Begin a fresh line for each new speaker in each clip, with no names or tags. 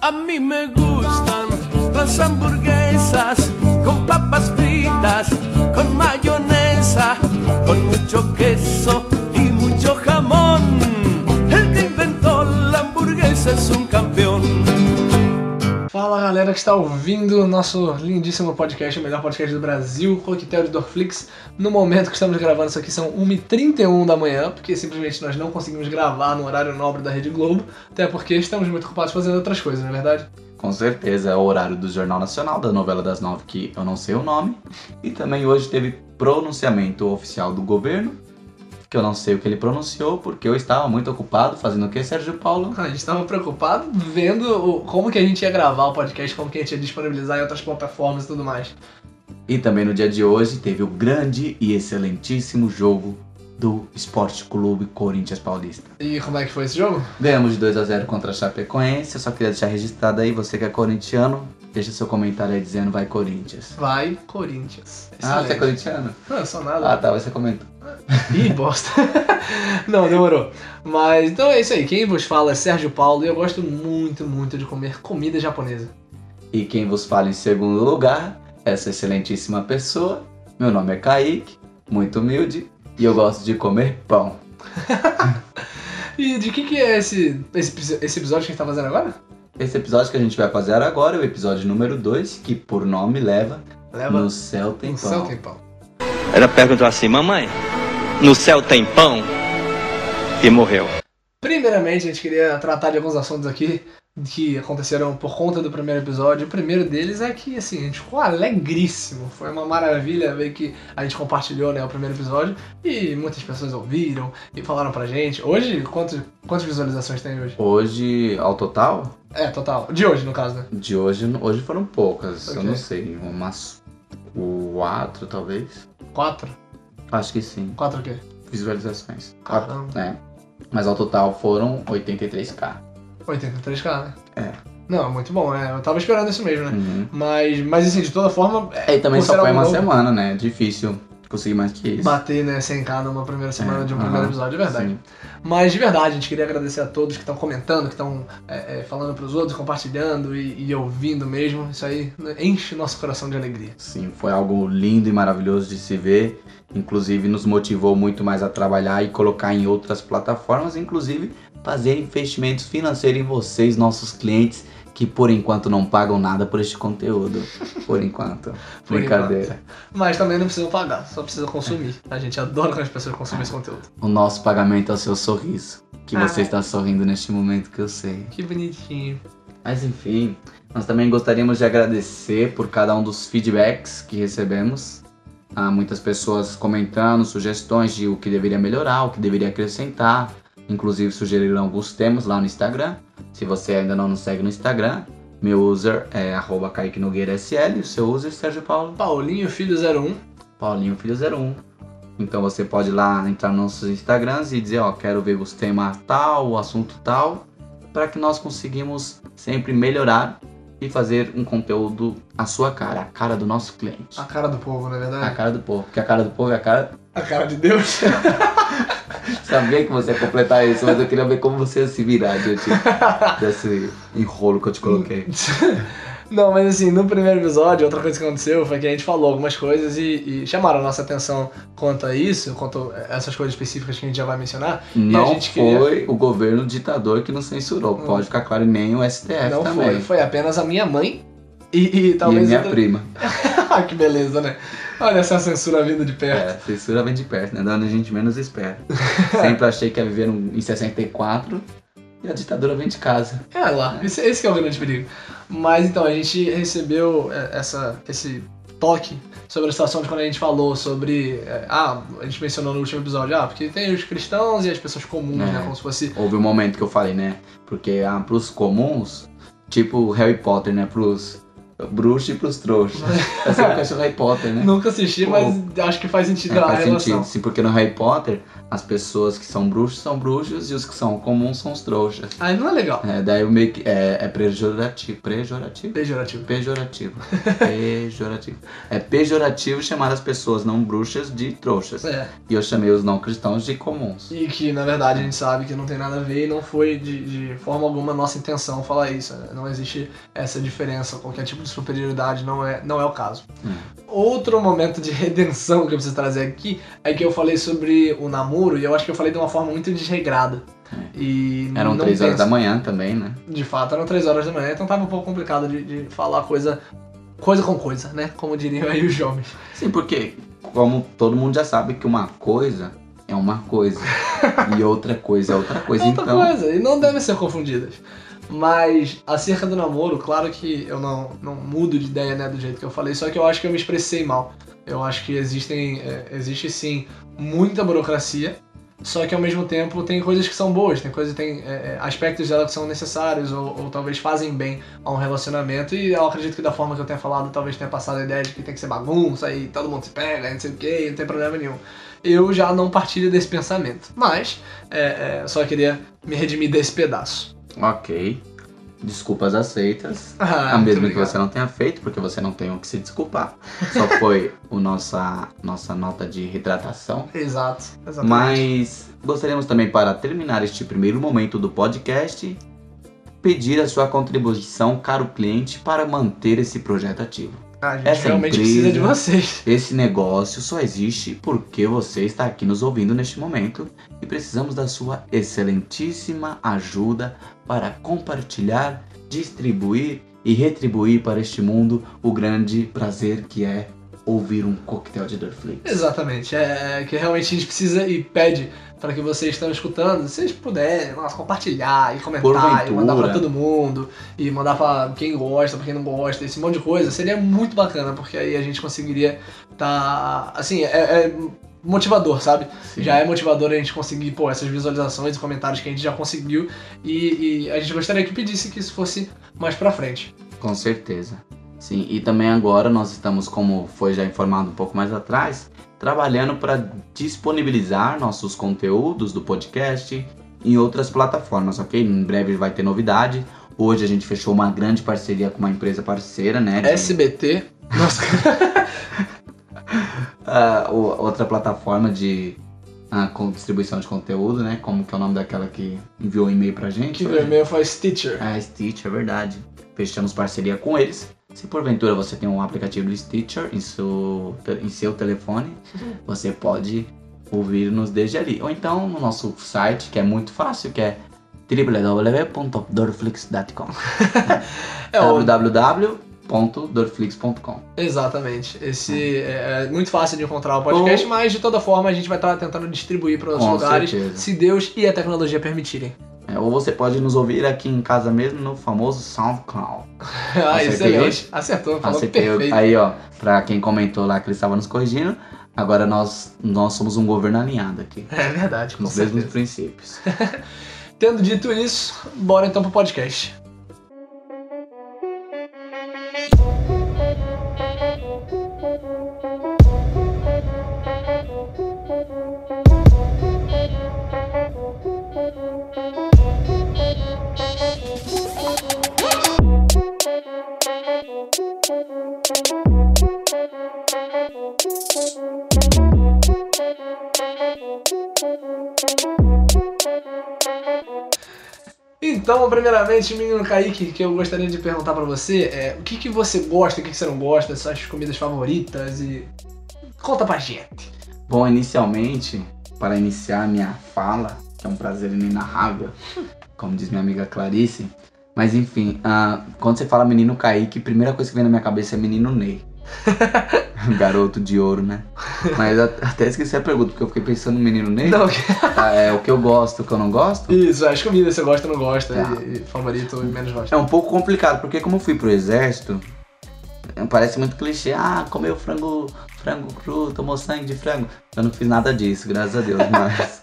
A mí me gustan las hamburguesas con papas fritas, con mayonesa, con mucho queso y mucho jamón. El que inventó la hamburguesa es un campeón.
Fala galera que está ouvindo o nosso lindíssimo podcast, o melhor podcast do Brasil, Coquetel e Dorflix. No momento que estamos gravando isso aqui são 1h31 da manhã, porque simplesmente nós não conseguimos gravar no horário nobre da Rede Globo, até porque estamos muito ocupados fazendo outras coisas, não é verdade?
Com certeza é o horário do Jornal Nacional, da novela das nove, que eu não sei o nome. E também hoje teve pronunciamento oficial do governo, que eu não sei o que ele pronunciou, porque eu estava muito ocupado fazendo o que, Sérgio Paulo?
A gente estava preocupado vendo o- como que a gente ia gravar o podcast, como que a gente ia disponibilizar em outras plataformas e tudo mais.
E também no dia de hoje teve o grande e excelentíssimo jogo do Esporte Clube Corinthians Paulista.
E como é que foi esse jogo?
Ganhamos de 2 a 0 contra a Chapecoense, eu só queria deixar registrado aí, você que é corintiano, deixa seu comentário aí dizendo vai Corinthians.
Vai, Corinthians.
Ah, você é
Excelente.
corintiano?
Não, só nada.
Ah, tá, você comentou.
Ih, bosta. Não, demorou. Mas então é isso aí. Quem vos fala é Sérgio Paulo e eu gosto muito, muito de comer comida japonesa.
E quem vos fala em segundo lugar, essa excelentíssima pessoa. Meu nome é Kaique, muito humilde, e eu gosto de comer pão.
E de que que é esse, esse, esse episódio que a gente tá fazendo agora?
Esse episódio que a gente vai fazer agora é o episódio número 2, que por nome leva
Leva
No Céu Tem
um
Pão.
céu tem pão.
Ela perguntou assim: Mamãe, no céu tem pão? E morreu.
Primeiramente, a gente queria tratar de alguns assuntos aqui que aconteceram por conta do primeiro episódio. O primeiro deles é que, assim, a gente ficou alegríssimo. Foi uma maravilha ver que a gente compartilhou, né, o primeiro episódio. E muitas pessoas ouviram e falaram pra gente. Hoje, quantos, quantas visualizações tem hoje?
Hoje, ao total,
É, total. De hoje, no caso, né?
de hoje, hoje foram poucas, eu
Ok.
não sei, umas quatro talvez.
Quatro?
Acho que sim,
Quatro o quê?
visualizações.
Caramba.
É. Mas ao total foram 83k.
83k, né?
É.
Não, muito bom, né? Eu tava esperando isso mesmo, né?
Uhum.
Mas, mas assim, de toda forma, é,
É, e também
Por
só
ser
foi
algo
uma
novo.
semana, né? Difícil conseguir mais que isso.
bater, né, 100k numa primeira semana
É,
de um
aham,
primeiro episódio, é verdade.
Sim.
Mas de verdade, a gente queria agradecer a todos que estão comentando, que estão é, é, falando pros outros, compartilhando e, e ouvindo mesmo. Isso aí né, enche nosso coração de alegria.
Sim, foi algo lindo e maravilhoso de se ver. Inclusive, nos motivou muito mais a trabalhar e colocar em outras plataformas, inclusive fazer investimentos financeiros em vocês, nossos clientes, que por enquanto não pagam nada por este conteúdo. Por enquanto.
Por
Brincadeira.
Mas também não precisa pagar, só precisa consumir. A gente adora quando as pessoas consumem esse conteúdo.
O nosso pagamento é o seu sorriso. Que
Ah.
você está sorrindo neste momento que eu sei.
Que bonitinho.
Mas enfim, nós também gostaríamos de agradecer por cada um dos feedbacks que recebemos. Há muitas pessoas comentando sugestões de o que deveria melhorar, o que deveria acrescentar. Inclusive sugeriram alguns temas lá no Instagram. Se você ainda não nos segue no Instagram, meu user é arroba Kaique Nogueira SL, o seu user é Sérgio Paulo,
Paulinho Filho 01.
Paulinho Filho 01. Então você pode lá entrar nos nossos Instagrams e dizer, ó, quero ver os temas tal, o assunto tal, para que nós conseguimos sempre melhorar e fazer um conteúdo à sua cara, a cara do nosso cliente.
A cara do povo, na é
A
verdade.
cara do povo, porque a cara do povo é a cara.
A cara de Deus.
Sabia que você ia completar isso, mas eu queria ver como você ia se virar diante desse enrolo que eu te coloquei.
Não, mas assim, no primeiro episódio, outra coisa que aconteceu foi que a gente falou algumas coisas e, e chamaram a nossa atenção quanto a isso, quanto a essas coisas específicas que a gente já vai mencionar.
Não
gente é- queria-
foi o governo ditador que nos censurou, pode ficar claro, e nem o STF
não foi,
É, também.
foi apenas a minha mãe e, e
E
talvez.
minha
outra-
prima.
Ah, que beleza, né? Olha essa censura vindo de perto.
É, censura vem de perto, né? Da onde a gente menos espera. Sempre achei que ia viver num- em 64 e a ditadura vem de casa.
É, lá, esse, esse que é o grande perigo. Mas então, a gente recebeu é, essa, esse toque sobre a situação de quando a gente falou sobre. é, ah, a gente mencionou no último episódio, ah, porque tem os cristãos e as pessoas comuns,
É.
né? Como se fosse.
Houve um momento que eu falei, né? Porque ah, pros comuns, tipo Harry Potter, né? Pros bruxo e pros trouxas. Essa é o cachorro Harry Potter, né?
Nunca assisti,
Pô.
mas acho que faz sentido
É,
a
faz
relação.
sentido. Sim, porque no Harry Potter, as pessoas que são bruxos são bruxos e os que são comuns são os trouxas.
Aí não é legal.
É, daí o meio que. É, é pejorativo. Pejorativo?
Pejorativo.
Pejorativo. Pejorativo. É pejorativo chamar as pessoas não bruxas de trouxas.
É.
E eu chamei os não cristãos de comuns.
E que na verdade a gente sabe que não tem nada a ver e não foi de, de forma alguma nossa intenção falar isso. né? Não existe essa diferença, qualquer tipo de superioridade, não é, não é o caso.
É.
Outro momento de redenção que eu preciso trazer aqui é que eu falei sobre o namoro e eu acho que eu falei de uma forma muito desregrada. E
É. Eram
não
três horas
penso-
da manhã também, né?
De fato, eram três horas da manhã, então tava um pouco complicado de, de falar coisa, coisa com coisa, né? Como diriam aí os jovens.
Sim, porque, como todo mundo já sabe, que uma coisa é uma coisa. e outra coisa é outra coisa.
É outra
então.
coisa, e não devem ser confundidas. Mas acerca do namoro, claro que eu não, não mudo de ideia né, do jeito que eu falei, só que eu acho que eu me expressei mal. Eu acho que existem, é, existe sim muita burocracia, só que ao mesmo tempo tem coisas que são boas, tem coisas, tem é, é, aspectos dela que são necessários ou, ou talvez fazem bem a um relacionamento. E eu acredito que da forma que eu tenha falado, talvez tenha passado a ideia de que tem que ser bagunça e todo mundo se pega, e não sei o que, não tem problema nenhum. Eu já não partilho desse pensamento, mas é, é, só queria me redimir desse pedaço.
Ok. Desculpas aceitas.
Ah,
a
muito
mesma que
obrigado.
você não tenha feito, porque você não tem o que se desculpar. Só foi o nossa, nossa nota de retratação.
Exato, exatamente.
Mas gostaríamos também, para terminar este primeiro momento do podcast, pedir a sua contribuição, caro cliente, para manter esse projeto ativo.
a gente
essa
realmente
empresa-
precisa de vocês.
Esse negócio só existe porque você está aqui nos ouvindo neste momento e precisamos da sua excelentíssima ajuda para compartilhar, distribuir e retribuir para este mundo o grande prazer que é ouvir um coquetel de Dorflix.
Exatamente, é que realmente a gente precisa e pede para que vocês estão escutando, se vocês puderem, nossa, compartilhar e comentar e
Porventura.
mandar para todo mundo e mandar para quem gosta, para quem não gosta, esse monte de coisa, seria muito bacana, porque aí a gente conseguiria tá assim, é, é motivador, sabe? Já é motivador a gente conseguir, pô, essas visualizações e comentários que a gente já conseguiu. E, e a gente gostaria que pedisse que isso fosse mais pra frente.
Com certeza. Sim, e também agora nós estamos, como foi já informado um pouco mais atrás, trabalhando para disponibilizar nossos conteúdos do podcast em outras plataformas, ok? Em breve vai ter novidade. Hoje a gente fechou uma grande parceria com uma empresa parceira, né? de-
SBT. Nossa,
Ah, o- outra plataforma de ah, com distribuição de conteúdo, né? Como que é o nome daquela que enviou um e-mail pra gente?
que vermelho foi Stitcher.
Ah, Stitch, é verdade. Fechamos parceria com eles. Se porventura você tem um aplicativo do Stitcher em seu, te- em seu telefone, você pode ouvir-nos desde ali. Ou então no nosso site, que é muito fácil, que é www.dorflix.com
É o...
www.dorflix.com
Exatamente. Esse é, é muito fácil de encontrar o podcast,
Com-
mas de toda forma a gente vai estar tentando distribuir para outros
Com
lugares,
certeza.
se Deus e a tecnologia permitirem.
É, Ou você pode nos ouvir aqui em casa mesmo no famoso SoundCloud.
Ah,
Acertei
excelente.
hoje?
Acertou, falou
Acertei.
perfeito.
Aí, ó, pra quem comentou lá que ele estava nos corrigindo, agora nós, nós somos um governo alinhado aqui.
É verdade, com
Nos mesmos
certeza.
princípios.
Tendo dito isso, bora então pro podcast. Então, primeiramente, menino Kaique, que eu gostaria de perguntar pra você é o que, que você gosta, o que, que você não gosta, suas comidas favoritas e. Conta pra gente.
Bom, inicialmente, para iniciar minha fala, que é um prazer inenarrável, como diz minha amiga Clarice. Mas enfim, ah, quando você fala menino Kaique, a primeira coisa que vem na minha cabeça é menino Ney. Garoto de ouro, né? Mas at- até esqueci a pergunta, porque eu fiquei pensando no menino Ney.
Não, que-
Ah, é o que eu gosto, o que eu não gosto.
isso, as comidas você gosta ou não gosta,
Tá.
e, e favorito e menos
É
gosta.
um pouco complicado, porque como eu fui pro exército, parece muito clichê, ah, comeu frango, frango cru, tomou sangue de frango. Eu não fiz nada disso, graças a Deus, mas.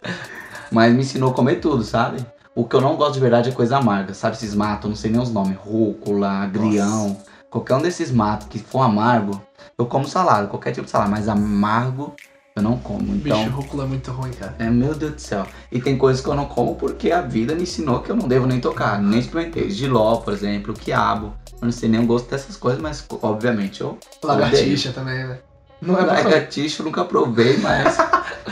mas me ensinou a comer tudo, sabe? O que eu não gosto de verdade é coisa amarga, sabe? Esses matos, eu não sei nem os nomes. Rúcula, agrião, Qualquer um desses matos que for amargo, eu como salada, qualquer tipo de salada, mas amargo eu não como.
Bicho,
Então,
rúcula é muito ruim, cara.
é, meu Deus do céu. E tem coisas que eu não como porque a vida me ensinou que eu não devo nem tocar, nem experimentei. Giló, por exemplo, quiabo. Eu não sei nem o gosto dessas coisas, mas obviamente eu.
Lagartixa também, né? Não é pra...
Lagartixa eu nunca provei, mas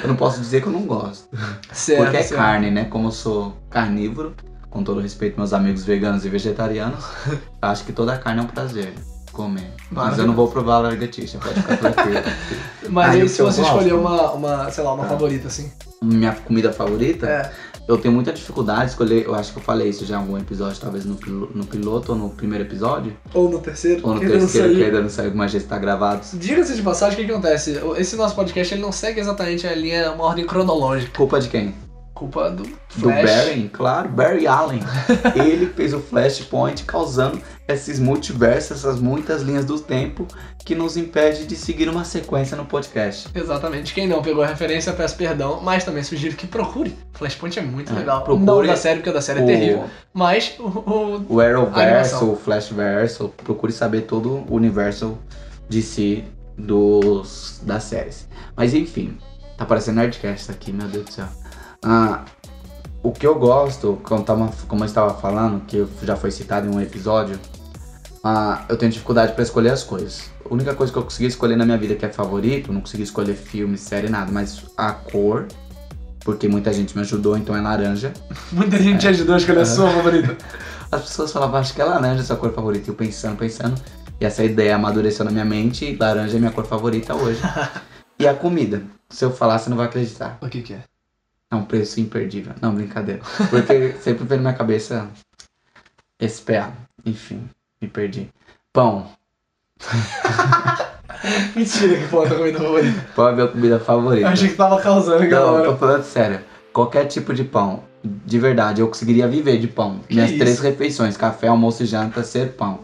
eu não posso dizer que eu não gosto.
Certo,
porque é
certo.
carne, né? Como eu sou carnívoro, com todo respeito meus amigos veganos e vegetarianos, eu acho que toda carne é um prazer comer. Mas eu não vou provar a lagartixa, pode ficar tranquilo.
Mas
Ah,
aí
esse
se
eu
você
gosto. Ah.
escolher uma, uma, sei lá, uma favorita, assim.
Minha comida favorita,
É.
eu tenho muita dificuldade de escolher, eu acho que eu falei isso já em algum episódio, talvez no, pilo- no piloto ou no primeiro episódio,
Ou no terceiro,
ou no
que ele não
terceiro,
saiu.
que ainda não saiu, mas já está gravado.
Diga-se de passagem, o que que acontece? Esse nosso podcast, ele não segue exatamente a linha, uma ordem cronológica.
Culpa de quem?
Culpa do Flash.
Do Barry, claro, Barry Allen. Ele fez o Flashpoint causando esses multiversos, essas muitas linhas do tempo que nos impede de seguir uma sequência no podcast.
Exatamente. Quem não pegou a referência, peço perdão, mas também sugiro que procure. Flashpoint é muito
É,
legal.
procure
não da série, porque a da série é terrível.
O,
Mas o, o-
o Arrowverse,
Animação.
o Flashverse, procure saber todo o universo de si dos, das séries. Mas enfim, tá parecendo Nerdcast aqui, meu Deus do céu. Ah, o que eu gosto, como, tava- como eu estava falando, que já foi citado em um episódio, ah, eu tenho dificuldade pra escolher as coisas. A única coisa que eu consegui escolher na minha vida que é favorito, eu não consegui escolher filme, série, nada, mas a cor, porque muita gente me ajudou, então é laranja.
muita gente te ajudou a escolher a
É.
sua favorita.
As pessoas falavam, acho que é laranja a sua cor favorita. E eu pensando, pensando. E essa ideia amadureceu na minha mente e laranja é minha cor favorita hoje. e a comida. Se eu falar, você não vai acreditar.
O que que é?
É um preço imperdível. Não, brincadeira. Porque sempre veio na minha cabeça esse PA. Enfim, me perdi. Pão.
Mentira que foi a tua comida favorita.
Pão é minha comida favorita.
Eu achei que tava causando aquela
Não, eu
hora.
tô falando sério. Qualquer tipo de pão. De verdade, eu conseguiria viver de pão.
Que
Minhas
isso?
três refeições, café, almoço e janta, ser pão.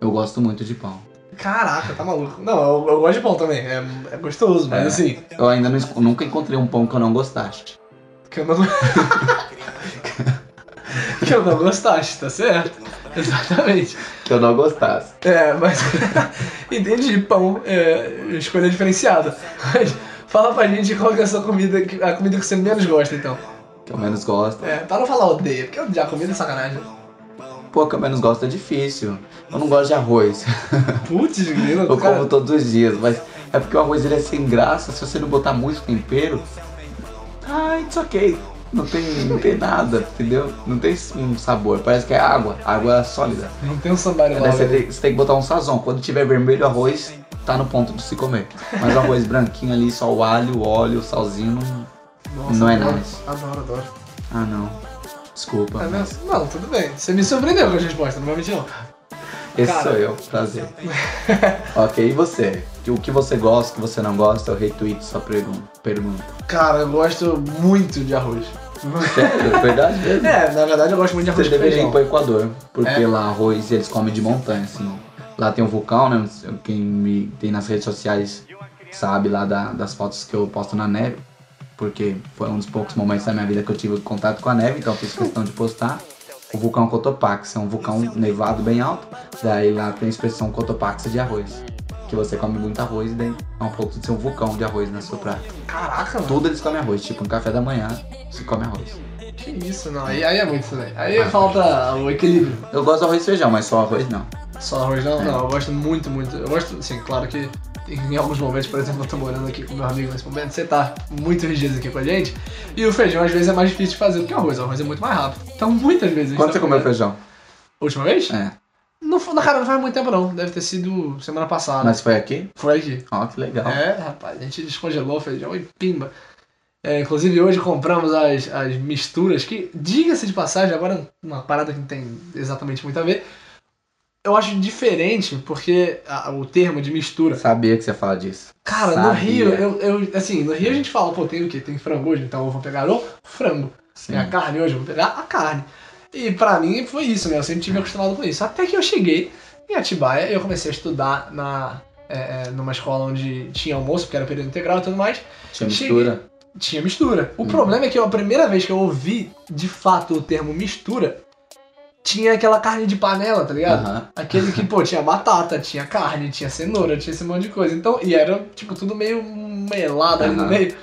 Eu gosto muito de pão.
Caraca, tá maluco. Não, eu, eu gosto de pão também. É, é gostoso, mas
É.
assim,
Eu ainda não es- nunca encontrei um pão que eu não gostasse.
que eu não. que eu não gostasse, tá certo? Exatamente.
Que eu não gostasse.
É, mas. Entendi, pão. É, escolha diferenciada. Mas fala pra gente qual que é a sua comida, que- a comida que você menos gosta, então.
Que eu menos gosto.
É, para não falar odeia, porque odiar comida é sacanagem.
Pô, que eu menos gosto é difícil. Eu não gosto de arroz.
Putz, grilo,
Eu
cara.
como todos os dias, mas é porque o arroz ele é sem graça. Se você não botar muito tempero, ah, it's ok. Não tem, não tem nada, entendeu? Não tem um sabor. Parece que é água. A água é sólida.
Não tem um sambar lá.
Daí você,
velho.
tem, você tem que botar um sazon. Quando tiver vermelho, o arroz tá no ponto de se comer. Mas o arroz branquinho ali, só o alho, o óleo, o salzinho. não-
Nossa,
não é
adoro.
nice.
Adoro, adoro.
Ah, não. Desculpa.
É
mas-
mesmo? Não, tudo bem. Você me surpreendeu com a resposta, não vou mentir não.
Esse
Cara.
sou eu, prazer. ok, e você? O que você gosta, o que você não gosta, eu retweet sua pergun- pergunta.
Cara, eu gosto muito de arroz.
Sério, é verdade mesmo?
É, na verdade eu gosto muito de arroz
Você
de
deveria
feijão.
ir pro Equador, porque
É.
lá arroz eles comem de montanha, assim. Lá tem um vulcão, né? Quem me tem nas redes sociais sabe lá da- das fotos que eu posto na neve, porque foi um dos poucos momentos da minha vida que eu tive contato com a neve, então eu fiz questão de postar. O vulcão Cotopaxi, é um vulcão nevado bem alto, daí lá tem a expressão Cotopaxi de arroz. Que você come muito arroz, daí é um pouco de ser um vulcão de arroz na sua praia.
Caraca, mano.
Tudo eles comem arroz, tipo no café da manhã se come arroz.
Que isso, não. Aí, aí é muito também. Aí falta o equilíbrio.
Eu gosto de arroz e feijão, mas só arroz não.
Só arroz não? Não, eu gosto muito, muito. Eu gosto, assim, claro que em alguns momentos, por exemplo, eu tô morando aqui com meu amigo nesse momento, você tá muitos dias aqui com a gente, e o feijão às vezes é mais difícil de fazer do que o arroz, o arroz é muito mais rápido. Então muitas vezes. a gente
Quando
tá
você comeu
comendo-
feijão?
Última vez?
É.
Não, foi- na cara, não faz muito tempo não, deve ter sido semana passada.
Mas foi aqui?
Foi aqui.
Ó, que legal.
É, rapaz, a gente descongelou o feijão e pimba. É, inclusive hoje compramos as, as misturas que, diga-se de passagem, agora uma parada que não tem exatamente muito a ver. Eu acho diferente porque a- o termo de mistura.
Eu sabia que você ia falar disso.
Cara, no
Sabia.
Rio, eu, eu- assim, no Rio a gente fala, pô, tem o quê? Tem frango hoje, então eu vou pegar o frango.
Sim.
Tem a carne hoje, eu vou pegar a carne. E pra mim foi isso, né? Eu sempre tive acostumado com isso. Até que eu cheguei em Atibaia e eu comecei a estudar na, é, é, numa escola onde tinha almoço, porque era período integral e tudo mais.
Tinha mistura?
Tinha
Uhum.
mistura. O problema é que a primeira vez que eu ouvi de fato o termo mistura tinha aquela carne de panela, tá ligado?
Aham.
Aquele que, pô, tinha batata, tinha carne, tinha cenoura, tinha esse monte de coisa. Então, e era, tipo, tudo meio melado ali no
Aham.
meio.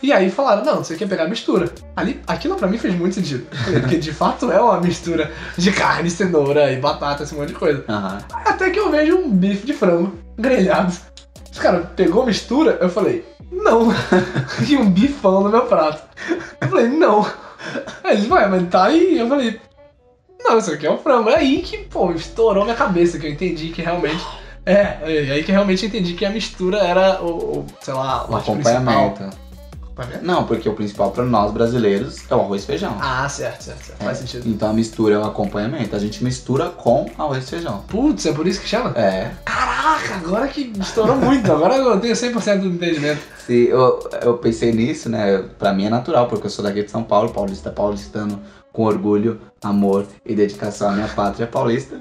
E aí falaram, não, você quer pegar a mistura. Ali, aquilo pra mim fez muito sentido. Porque de fato é uma mistura de carne, cenoura e batata, esse monte de coisa.
Aham.
Até que eu vejo um bife de frango grelhado. Os caras pegou a mistura, eu falei, não. e um bifão no meu prato. Eu falei, não. Aí eles, ué, mas tá aí. Eu falei, não, isso aqui é um frango. É aí que, pô, estourou minha cabeça, que eu entendi que realmente. É, é aí que eu realmente entendi que a mistura era o, o, sei lá,
O
o acompanhamento.
acompanhamento.
Acompanhamento?
Não, porque o principal pra nós brasileiros é o arroz e feijão.
Ah, certo, certo, certo. Faz sentido.
Então a mistura é o acompanhamento. A gente mistura com arroz e feijão.
Putz, é por isso que chama?
É.
Caraca, agora que estourou muito, agora eu tenho 100% do entendimento.
Se eu, eu pensei nisso, né? Pra mim é natural, porque eu sou daqui de São Paulo, paulista, paulistano, com orgulho, amor e dedicação à minha pátria paulista.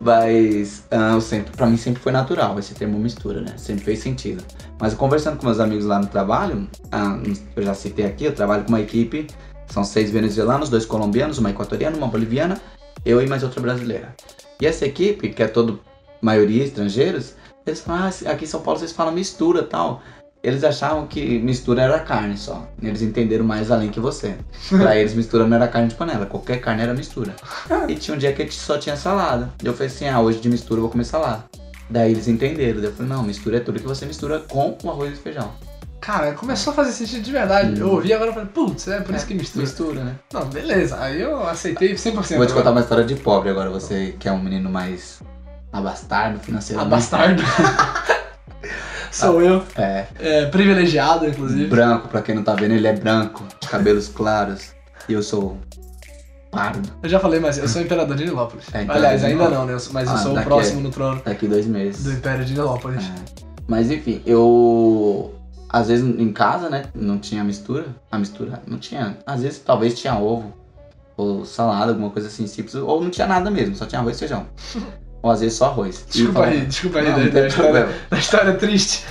Mas ah, eu sempre, pra mim sempre foi natural esse termo mistura, né? Sempre fez sentido. Mas conversando com meus amigos lá no trabalho, ah, eu já citei aqui, eu trabalho com uma equipe, são seis venezuelanos, dois colombianos, uma equatoriana, uma boliviana, eu e mais outra brasileira. E essa equipe, que é todo maioria estrangeiros, eles falam, ah, aqui em São Paulo vocês falam mistura tal. Eles achavam que mistura era carne só. Eles entenderam mais além que você. Pra eles, mistura não era carne de panela. Qualquer carne era mistura. E tinha um dia que a gente só tinha salada. E eu falei assim: ah, hoje de mistura eu vou comer salada. Daí eles entenderam. Daí eu falei: não, mistura é tudo que você mistura com o arroz e feijão. Tipo,
Cara, começou a fazer sentido de verdade. Eu ouvi agora e falei, putz, é por isso
É,
que mistura.
Mistura, né?
Não, beleza. Aí eu aceitei 100%.
Vou te contar
agora.
uma história de pobre agora. Você que é um menino mais abastardo
Ah,
financeiramente.
bastardo. Sou eu.
É.
É, privilegiado, inclusive.
Branco, pra quem não tá vendo, ele é branco. de Cabelos claros. E eu sou pardo.
Eu já falei, mas eu sou imperador de Nilópolis.
É, imperador
Aliás,
de
ainda
Nilópolis.
não, né? Eu sou- Mas eu
Ah,
sou o
daqui
próximo no trono
Daqui dois meses.
do Império de Nilópolis.
É. Mas enfim, eu. Às vezes em casa, né? Não tinha mistura. A mistura não tinha. Às vezes talvez tinha ovo. Ou salada, alguma coisa assim simples. Ou não tinha nada mesmo, só tinha arroz e feijão. ou às vezes só arroz. E
Desculpa
falava-
aí, desculpa aí
Não, não
da,
tem
da história,
problema.
da história triste.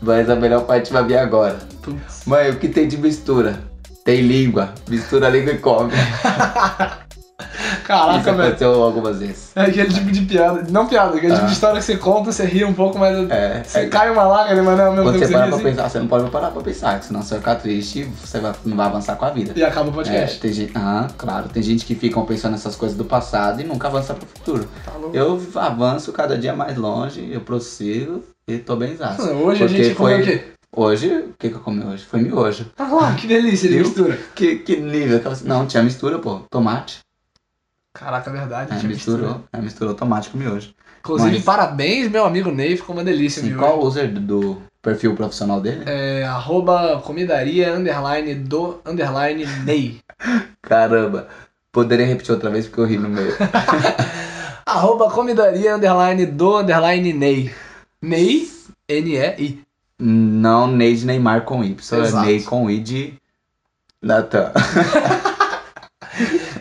Mas a melhor parte vai vir agora.
Putz.
Mãe, o que tem de mistura? Tem língua. Mistura a língua e come. Isso é
Caraca, velho.
aconteceu algumas vezes.
É aquele tipo de piada. Não piada, aquele tipo de história que você conta, você ri um pouco, mas
Ah. É,
você
é.
cai uma lágrima, mas não, ao mesmo
Quando
tempo
você
você ri
para pra
assim.
pensar, você não pode parar pra pensar, que senão você vai ficar triste e você vai- não vai avançar com a vida.
E acaba o
É,
podcast.
tem gente, ah, claro, tem gente que ficam pensando nessas coisas do passado e nunca avança pro futuro.
Tá louco.
Eu avanço cada dia mais longe, eu prossigo e tô bem zaço.
Hoje a gente comeu o quê?
Hoje, o que, que eu comi hoje? Foi miojo.
Ah lá, que delícia de
Viu?
mistura.
Que, que nível? Aquela- Não, tinha mistura, pô. Tomate.
Caraca, é verdade.
É,
tinha
misturou. É, misturou tomate com miojo.
Inclusive,
Mas-
parabéns, meu amigo Ney, ficou uma delícia,
Sim,
viu?
qual o user do do perfil profissional dele?
É, arroba comidaria underline do underline Ney.
Caramba. Poderia repetir outra vez porque eu ri no meio.
arroba comidaria underline do underline Ney. Ney, N-E-I.
Não Ney de Neymar com Y.
Exato.
É Ney com I de Natan.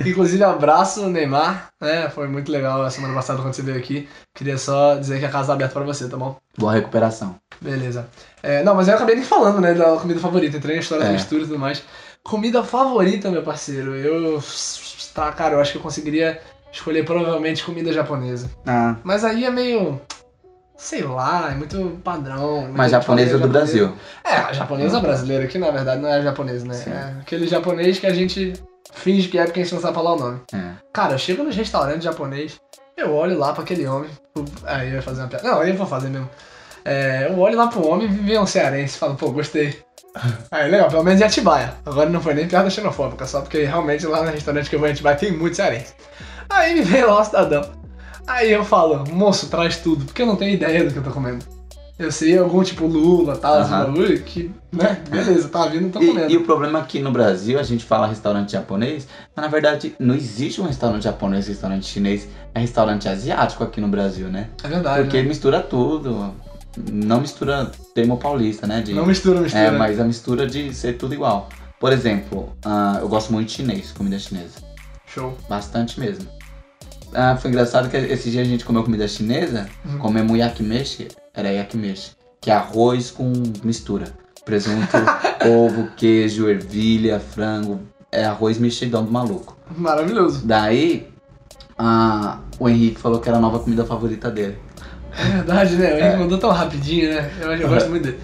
Inclusive, abraço, Neymar. né? foi muito legal a semana passada quando você veio aqui. Queria só dizer que a casa tá aberta pra você, tá bom?
Boa recuperação.
Beleza. É, não, mas eu acabei nem falando, né, da comida favorita. Entrei na história da
É.
mistura e tudo mais. Comida favorita, meu parceiro. Eu. Tá, cara, eu acho que eu conseguiria escolher provavelmente comida japonesa.
Ah,
Mas aí é meio. Sei lá, é muito padrão. muito
Mas japonesa do
japonesa.
Brasil.
É, a japonesa brasileira, que na verdade não é japonesa, né?
Sim.
É aquele japonês que a gente finge que é porque a gente não sabe falar o nome.
É.
Cara, eu chego nos restaurantes japonês, eu olho lá pra aquele homem. o- Aí eu ia fazer uma piada. Não, aí eu vou fazer mesmo. É, eu olho lá pro homem e vem um cearense e falo, pô, gostei. Aí, legal, pelo menos em Atibaia. Agora não foi nem piada xenofóbica, só porque realmente lá no restaurante que eu vou em Atibaia tem muito cearense. Aí me vem lá o cidadão. Aí eu falo, moço, traz tudo, porque eu não tenho ideia do que eu tô comendo. Eu sei algum tipo lula, tal, esse
Aham.
bagulho, que, né, beleza, tá vindo, tô comendo.
E, e o problema é que no Brasil a gente fala restaurante japonês, mas na verdade não existe um restaurante japonês, restaurante chinês, é restaurante asiático aqui no Brasil, né?
É verdade,
Porque
né?
mistura tudo. Não mistura termo paulista, né? De,
não mistura, mistura.
é, mas a mistura de ser tudo igual. Por exemplo, ah, eu gosto muito de chinês, comida chinesa.
Show.
Bastante mesmo. Ah, foi engraçado que esse dia a gente comeu comida chinesa,
Uhum.
comemos yakimeshi, era yakimeshi, que é arroz com mistura. Presunto, ovo, queijo, ervilha, frango, é arroz mexidão do maluco.
Maravilhoso.
Daí, ah, o Henrique falou que era a nova comida favorita dele.
É verdade, né? Ele mandou tão rapidinho, né? Eu, eu gosto muito dele.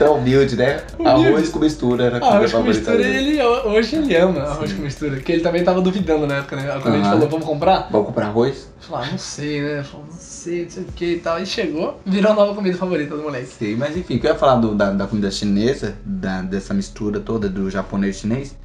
Tão humilde, né?
Humilde.
Arroz com mistura era a comida
Ah, Arroz com
favorita
mistura,
dele.
ele, hoje ele ama arroz com mistura. Porque ele também tava duvidando na época, né? Quando a gente
Aham.
falou, vamos comprar?
Vamos comprar arroz?
Ele falou, ah, não sei, né? Ele Falou, não sei, não sei o que e tal. E chegou, virou a nova comida favorita do moleque.
Sim, mas enfim, o que eu ia falar do- da, da comida chinesa, da- dessa mistura toda do japonês e chinês,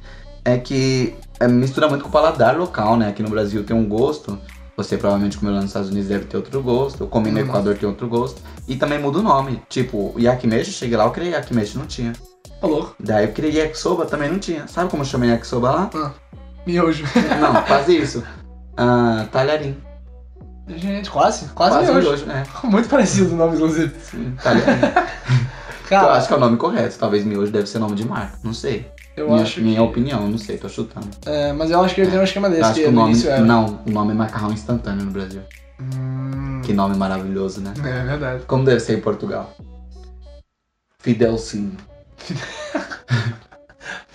é que é, mistura muito com o paladar local, né? Aqui no Brasil tem um gosto, você provavelmente comeu lá nos Estados Unidos deve ter outro gosto, eu comi no
Hum.
Equador tem outro gosto, e também muda o nome. Tipo, yakimeshi, cheguei lá, eu criei yakimeshi, não tinha.
Ô Tá louco,
Daí eu criei yakisoba, também não tinha. Sabe como eu chamei yakisoba lá?
miojo.
Não, quase isso. Ah, talharim.
Gente, quase, quase,
Quase
miojo.
miojo, né?
Muito parecido o nome, inclusive.
Sim, talharim. eu
Cara,
acho que é o nome correto. Talvez miojo deve ser nome de marca, não sei.
eu
minha
acho
minha
que...
opinião, não sei, tô chutando.
É, mas eu acho que ele tem um esquema
Eu
desse,
acho
que,
que o
no
nome.
início era.
Não, o nome é macarrão instantâneo no Brasil.
Hum,
Que nome maravilhoso, né?
É verdade.
Como deve ser em Portugal? Fidelcinho.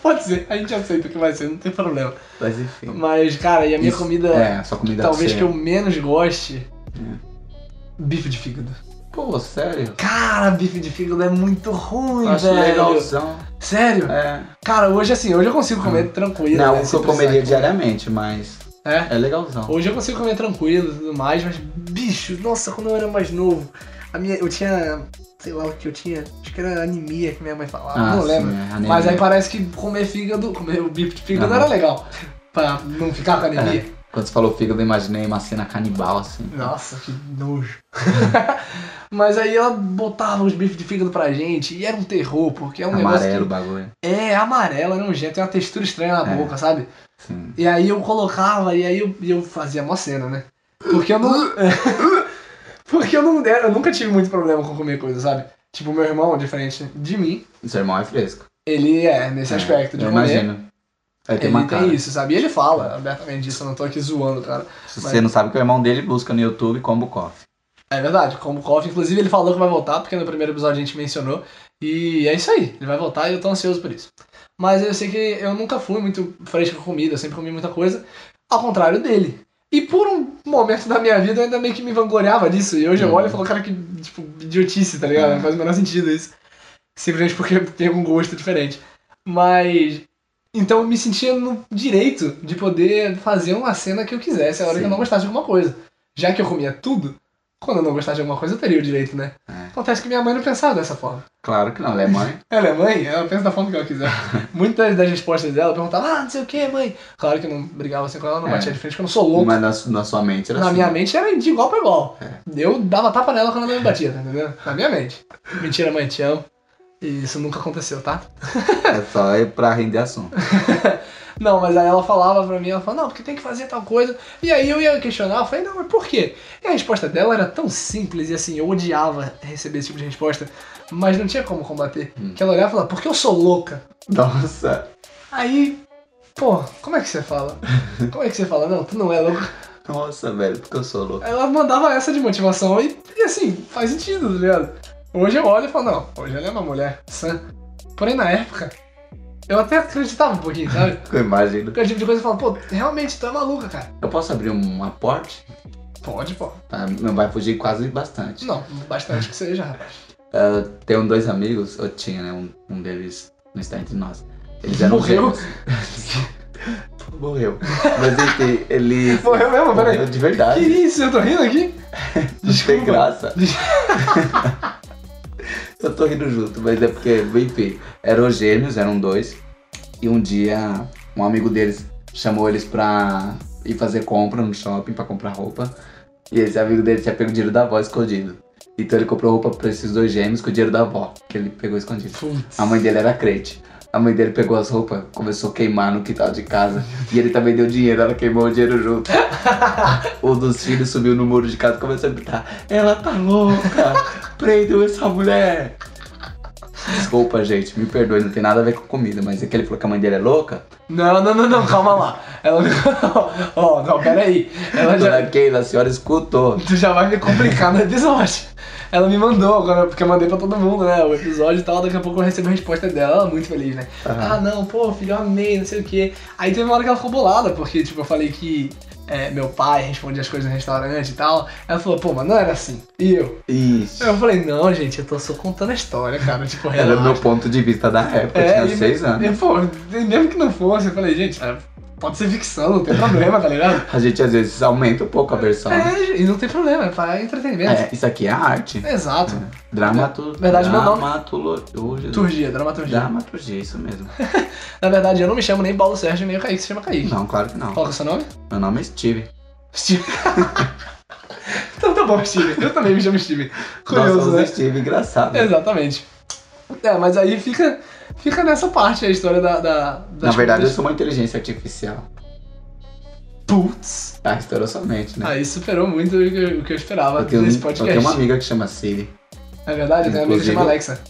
Pode ser, a gente aceita que vai ser, não tem problema.
Mas enfim.
Mas, cara, e a minha
Isso-
comida,
É, sua comida
talvez
deve
que
ser- É.
eu menos goste, bife de fígado.
Pô, sério?
Cara, bife de fígado é muito ruim,
Eu acho
velho.
legalzão.
Sério?
É. Hum.
Cara, hoje assim, hoje eu consigo comer tranquilo.
Não,
né,
o que
sem
eu
precisar
comeria
comer.
diariamente, mas
É?
é legalzão.
Hoje eu consigo comer tranquilo e tudo mais, mas, bicho, nossa, quando eu era mais novo, a minha, eu tinha, sei lá o que eu tinha, acho que era anemia que minha mãe falava, não
sim,
lembro.
é, anemia.
Mas aí parece que comer fígado, comer o bife de fígado
Aham. É.
era legal. Pra não ficar com anemia.
Quando você falou fígado, eu imaginei uma cena canibal, assim.
Nossa, que nojo. Mas aí ela botava os bifes de fígado pra gente e era um terror, porque é um
Amarelo o
negócio
bagulho.
que é amarelo, era um jeito, tem uma textura estranha na
É.
boca, sabe?
Sim.
E aí eu colocava e aí eu, e eu fazia mó cena, né? Porque eu não. porque eu não eu nunca tive muito problema com comer coisa, sabe? Tipo, meu irmão, diferente de mim,
Seu irmão é fresco.
ele é nesse aspecto de
eu
comer.
imagino. Aí tem
Ele
uma cara.
tem isso, sabe? E ele fala abertamente disso, eu não tô aqui zoando, cara.
Se você não sabe que o irmão dele busca no YouTube Combo Coffee.
É verdade, como Coffee, inclusive ele falou que vai voltar, porque no primeiro episódio a gente mencionou. E é isso aí, ele vai voltar e eu tô ansioso por isso. Mas eu sei que eu nunca fui muito fresco com comida, eu sempre comi muita coisa, ao contrário dele. E por um momento da minha vida eu ainda meio que me vangloriava disso. E hoje eu
Uhum.
olho e falo, cara, que tipo, idiotice, tá ligado? Não faz o menor sentido isso. Simplesmente porque tem um gosto diferente. Mas. Então eu me sentia no direito de poder fazer uma cena que eu quisesse, a hora que eu
Sim.
não gostasse de alguma coisa. Já que eu comia tudo, quando eu não gostasse de alguma coisa, eu teria o direito, né?
É.
Acontece que minha mãe não pensava dessa forma.
Claro que não, ela é mãe.
Ela é mãe, ela pensa da forma que ela quiser. Muitas das respostas dela eu perguntava, ah, não sei o que, mãe. Claro que eu não brigava assim com ela, não
É.
batia de frente, porque eu não sou louco.
Mas na, su- na sua mente era
Na
assim.
minha mente era de igual pra igual.
É.
Eu dava tapa nela quando ela me batia, tá entendendo? Na minha mente. Mentira, mãe, te amo. E isso nunca aconteceu, tá?
É só é pra render assunto.
Não, mas aí ela falava pra mim, ela falava, não, porque tem que fazer tal coisa. E aí eu ia questionar, eu falei, não, mas por quê? E a resposta dela era tão simples e assim, eu odiava receber esse tipo de resposta, mas não tinha como combater.
Hum.
Que ela olhava e falava, porque eu sou louca.
Nossa.
Aí, pô, como é que você fala? Como é que você fala? Não, tu não é louco.
Nossa, velho, porque eu sou louco.
Ela mandava essa de motivação e, e, assim, faz sentido, tá ligado? Hoje eu olho e falo, não, hoje ela é uma mulher sã. Porém, na época, eu até acreditava um pouquinho, sabe?
Eu imagino.
Porque é o tipo de coisa que eu falo, pô, realmente, tu é maluca, cara.
Eu posso abrir um aporte?
Pode, pô.
Tá? Não vai fugir quase bastante.
Não, bastante que seja, rapaz.
Tenho dois amigos, eu tinha, né? Um, um deles não está entre nós. Eles eram
Morreu?
gêmeos. Morreu. Mas enfim, ele.
Morreu mesmo, peraí.
Morreu de verdade.
Que isso? Eu tô rindo aqui?
Não tem
Desculpa.
graça. eu tô rindo junto, mas é porque, enfim, eram gêmeos, eram dois. E um dia, um amigo deles chamou eles pra ir fazer compra no shopping, pra comprar roupa. E esse amigo dele tinha pego o dinheiro da avó escondido. Então ele comprou roupa pra esses dois gêmeos com o dinheiro da avó, que ele pegou escondido.
Putz.
A mãe dele era crente. A mãe dele pegou as roupas, começou a queimar no quintal de casa. E ele também deu dinheiro, ela queimou o dinheiro junto. um dos filhos subiu no muro de casa e começou a gritar: Ela tá louca! Prendeu essa mulher! Desculpa, gente, me perdoe, não tem nada a ver com comida, mas é que ele falou que a mãe dele é louca.
Não, não, não, não, calma lá. Ela. Ó, não, peraí. Ela já.
Dona Keila, a senhora escutou.
Tu já vai me complicar no episódio. Ela me mandou agora, porque eu mandei pra todo mundo, né? O episódio e tal, daqui a pouco eu recebo a resposta dela, ela muito feliz, né?
Aham.
Ah, não, pô, filho, eu amei, não sei o quê. Aí teve uma hora que ela ficou bolada, porque, tipo, eu falei que é, meu pai respondia as coisas no restaurante e tal. Ela falou, pô, mas não era assim. E eu?
Ixi.
Eu falei, não, gente, eu tô só contando a história, cara, tipo,
Era o
relaxa.
é meu ponto de vista da época, eu
É, e
tinha seis
me-
anos.
E, pô, mesmo que não fosse, eu falei, gente, é, pode ser ficção, não tem problema, tá ligado?
A gente às vezes aumenta um pouco a versão. né?
É, e não tem problema, é pra entretenimento.
É, isso aqui é arte.
Exato.
Dramatur...
Verdade, meu nome-
Dramaturgia.
Turgia, dramaturgia.
Dramaturgia, isso mesmo.
Na verdade, eu não me chamo nem Paulo Sérgio, nem o Kaique se chama Kaique.
Não, claro que não.
Qual que é o seu nome?
Meu nome é Steve.
Steve. então tá bom, Steve. Eu também me chamo Steve.
Nós
Curioso,
somos
né?
Steve, engraçado.
Exatamente. É, mas aí fica, fica nessa parte a história da. da das
Na verdade, eu
coisas.
sou uma inteligência artificial.
Putz.
Tá, estourou somente, né?
Aí superou muito o que eu, o que eu esperava
eu, tenho, um-
desse
eu
Ah, podcast.
tenho uma amiga que chama Siri.
É verdade, eu tenho uma amiga que
Inclusive-
chama Alexa.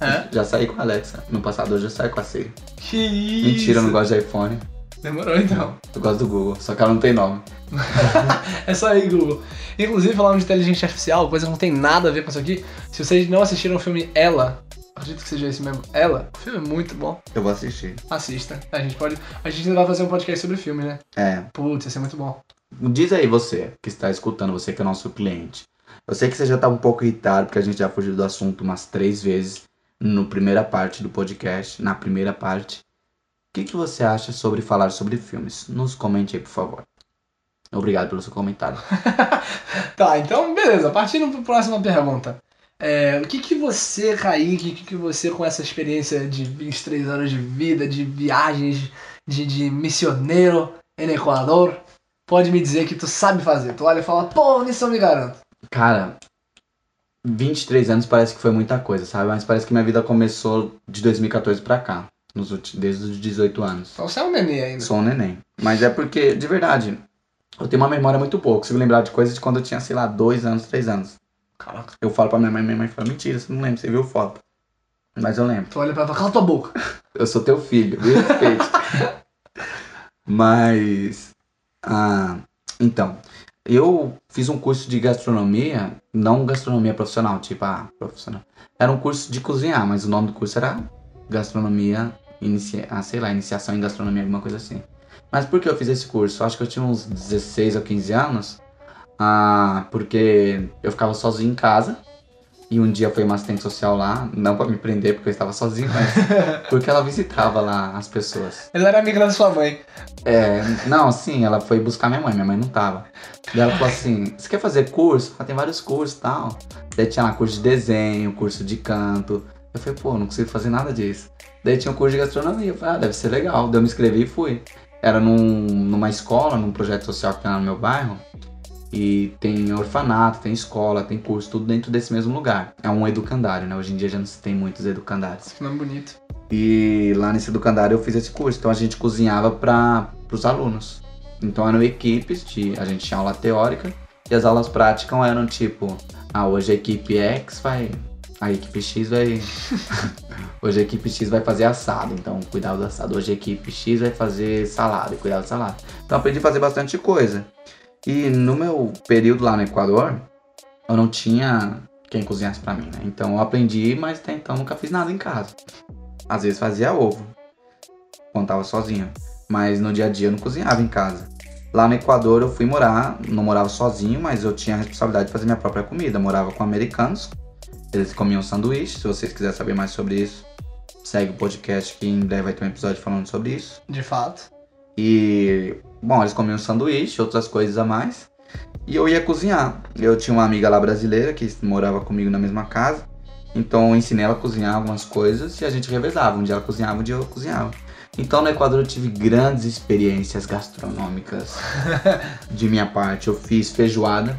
É?
É?
Já saí com a Alexa. No passado, hoje eu saio com a Siri.
Que isso.
Mentira, eu não gosto de iPhone.
Demorou então.
Eu gosto do Google, só que ela não tem nome.
É só aí, Google. Inclusive, falando de inteligência artificial, coisa que não tem nada a ver com isso aqui. Se vocês não assistiram o filme Ela, acredito que seja esse mesmo, Ela, o filme é muito bom,
Eu vou assistir.
assista. A gente pode. A gente ainda vai fazer um podcast sobre o filme, né?
É.
Putz, ia ser muito bom.
Diz aí você que está escutando, você que é nosso cliente. Eu sei que você já tá um pouco irritado, porque a gente já fugiu do assunto umas três vezes na primeira parte do podcast, na primeira parte. O que, que você acha sobre falar sobre filmes? Nos comente aí, por favor. Obrigado pelo seu comentário.
Tá, então, beleza, partindo pra próxima pergunta. É, o que que você, Kaique, o que que você com essa experiência de 23 anos de vida, de viagens, de, de missioneiro em Equador, pode me dizer que tu sabe fazer? Tu olha e fala, pô, nisso eu me garanto.
Cara, 23 anos parece que foi muita coisa, sabe? Mas parece que minha vida começou de 2014 pra cá, nos ulti- desde os 18 anos.
Então você é um neném ainda.
Sou um neném. Mas é porque, de verdade, eu tenho uma memória muito boa. Consigo lembrar de coisas de quando eu tinha, sei lá, 2 anos, 3 anos.
Caraca.
Eu falo pra minha mãe, minha mãe fala, mentira, você não lembra, você viu foto. Mas eu lembro.
Tu olha pra ela e fala, cala tua boca.
Eu sou teu filho, me respeite. Mas. Ah, então, eu fiz um curso de gastronomia, não gastronomia profissional, tipo, ah, profissional. Era um curso de cozinhar, mas o nome do curso era gastronomia, inicia, ah, sei lá, iniciação em gastronomia, alguma coisa assim. Mas por que eu fiz esse curso? Acho que eu tinha uns 16 ou 15 anos. Ah, porque eu ficava sozinho em casa. E um dia foi uma assistente social lá, não pra me prender porque eu estava sozinho, mas porque ela visitava lá as pessoas.
Ela era amiga da sua mãe.
É, não, sim, ela foi buscar minha mãe, minha mãe não tava. Daí ela falou assim: você quer fazer curso? Ah, tem vários cursos e tal. Daí tinha lá curso de desenho, curso de canto. Eu falei, pô, não consigo fazer nada disso. Daí tinha um curso de gastronomia. Eu falei, ah, deve ser legal. Daí eu me inscrevi e fui. Era num- numa escola, num projeto social que tem lá no meu bairro. E tem orfanato, tem escola, tem curso, tudo dentro desse mesmo lugar. É um educandário, né? Hoje em dia já não se tem muitos educandários.
Que nome bonito.
E lá nesse educandário eu fiz esse curso. Então a gente cozinhava para os alunos. Então eram equipes, de, a gente tinha aula teórica e as aulas práticas eram tipo: ah, hoje a equipe X vai. A equipe X vai. hoje a equipe X vai fazer assado, então cuidado do assado. Hoje a equipe X vai fazer salada, cuidado do salada. Então aprendi a fazer bastante coisa. E no meu período lá no Equador, eu não tinha quem cozinhasse para mim, né? Então eu aprendi, mas até então nunca fiz nada em casa. Às vezes fazia ovo, quando tava sozinho. Mas no dia a dia eu não cozinhava em casa. Lá no Equador eu fui morar, não morava sozinho, mas eu tinha a responsabilidade de fazer minha própria comida. Morava com americanos, eles comiam um sanduíche. Se vocês quiserem saber mais sobre isso, segue o podcast que em breve vai ter um episódio falando sobre isso.
De fato.
E, bom, eles comiam sanduíche, outras coisas a mais. E eu ia cozinhar. Eu tinha uma amiga lá brasileira que morava comigo na mesma casa. Então eu ensinei ela a cozinhar algumas coisas e a gente revezava. Um dia ela cozinhava, um dia eu cozinhava. Então no Equador eu tive grandes experiências gastronômicas de minha parte. Eu fiz feijoada.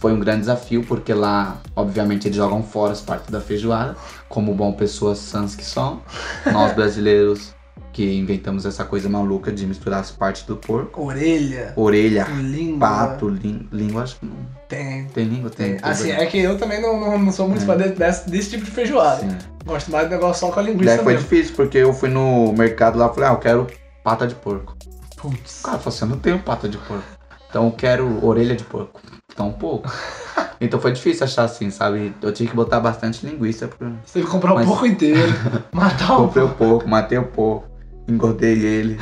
Foi um grande desafio porque lá, obviamente, eles jogam fora as partes da feijoada, como bom pessoas sãs que são. Nós brasileiros que inventamos essa coisa maluca de misturar as partes do porco.
Orelha.
Orelha,
Língua.
pato, lin- língua, acho que não.
Tem.
Tem língua? Tem.
Tem.
tem
Assim,
verdade.
é que eu também não, não- não sou muito
É.
fã desse, desse- desse tipo de feijoada.
Sim.
Gosto mais do negócio só com a linguiça
Daí foi
mesmo.
difícil, porque eu fui no mercado lá e falei, ah, eu quero pata de porco.
Putz.
O cara falou assim, eu não tenho pata de porco. Então eu quero orelha de porco. Então pouco. Então foi difícil achar assim, sabe? Eu tive que botar bastante linguiça. Pra...
Você teve que comprar o
Mas-
porco inteiro, matar um o
Comprei o porco, matei o porco, engordei ele.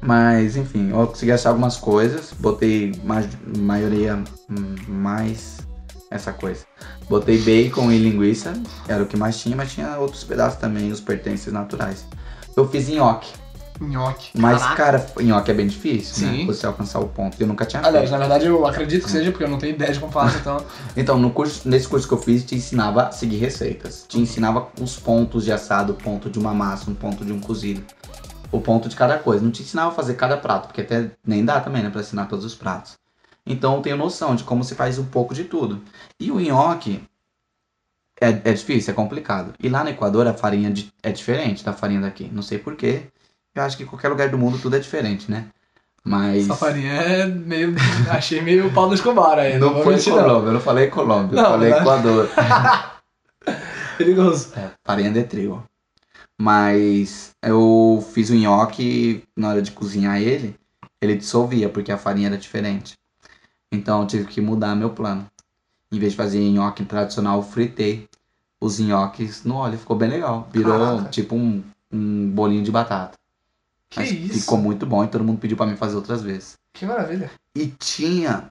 Mas enfim, eu consegui achar algumas coisas. Botei ma- maioria hum, mais essa coisa. Botei bacon e linguiça, era o que mais tinha, mas tinha outros pedaços também, os pertences naturais. Eu fiz nhoque.
nhoque.
Mas,
Caraca.
cara, nhoque é bem difícil, né?
Sim.
Você alcançar o ponto. Eu nunca tinha
Aliás,
feito.
na verdade eu acredito que seja, porque eu não tenho ideia de como faço, então.
Então, no curso, nesse curso que eu fiz, te ensinava a seguir receitas. Te ensinava os pontos de assado, o ponto de uma massa, um ponto de um cozido. O ponto de cada coisa. Não te ensinava a fazer cada prato, porque até nem dá também, né? Pra ensinar todos os pratos. Então, eu tenho noção de como se faz um pouco de tudo. E o nhoque é, é difícil, é complicado. E lá no Equador, a farinha de- é diferente da farinha daqui. Não sei porquê. Eu acho que em qualquer lugar do mundo tudo é diferente, né? Mas...
Essa farinha é meio. Achei meio pau do Escobar aí.
Não
vou
foi
mentir,
Colômbia, eu não falei Colômbia, eu
Não, né?
falei
mas-
Equador.
Perigoso.
É, farinha de trigo. Mas eu fiz o nhoque, na hora de cozinhar ele, ele dissolvia, porque a farinha era diferente. Então eu tive que mudar meu plano. Em vez de fazer nhoque tradicional, eu fritei os nhoques no óleo. Ficou bem legal. Virou
Caraca.
tipo um, um bolinho de batata.
Que
Mas
isso?
Ficou muito bom e todo mundo pediu pra mim fazer outras vezes.
Que maravilha.
E tinha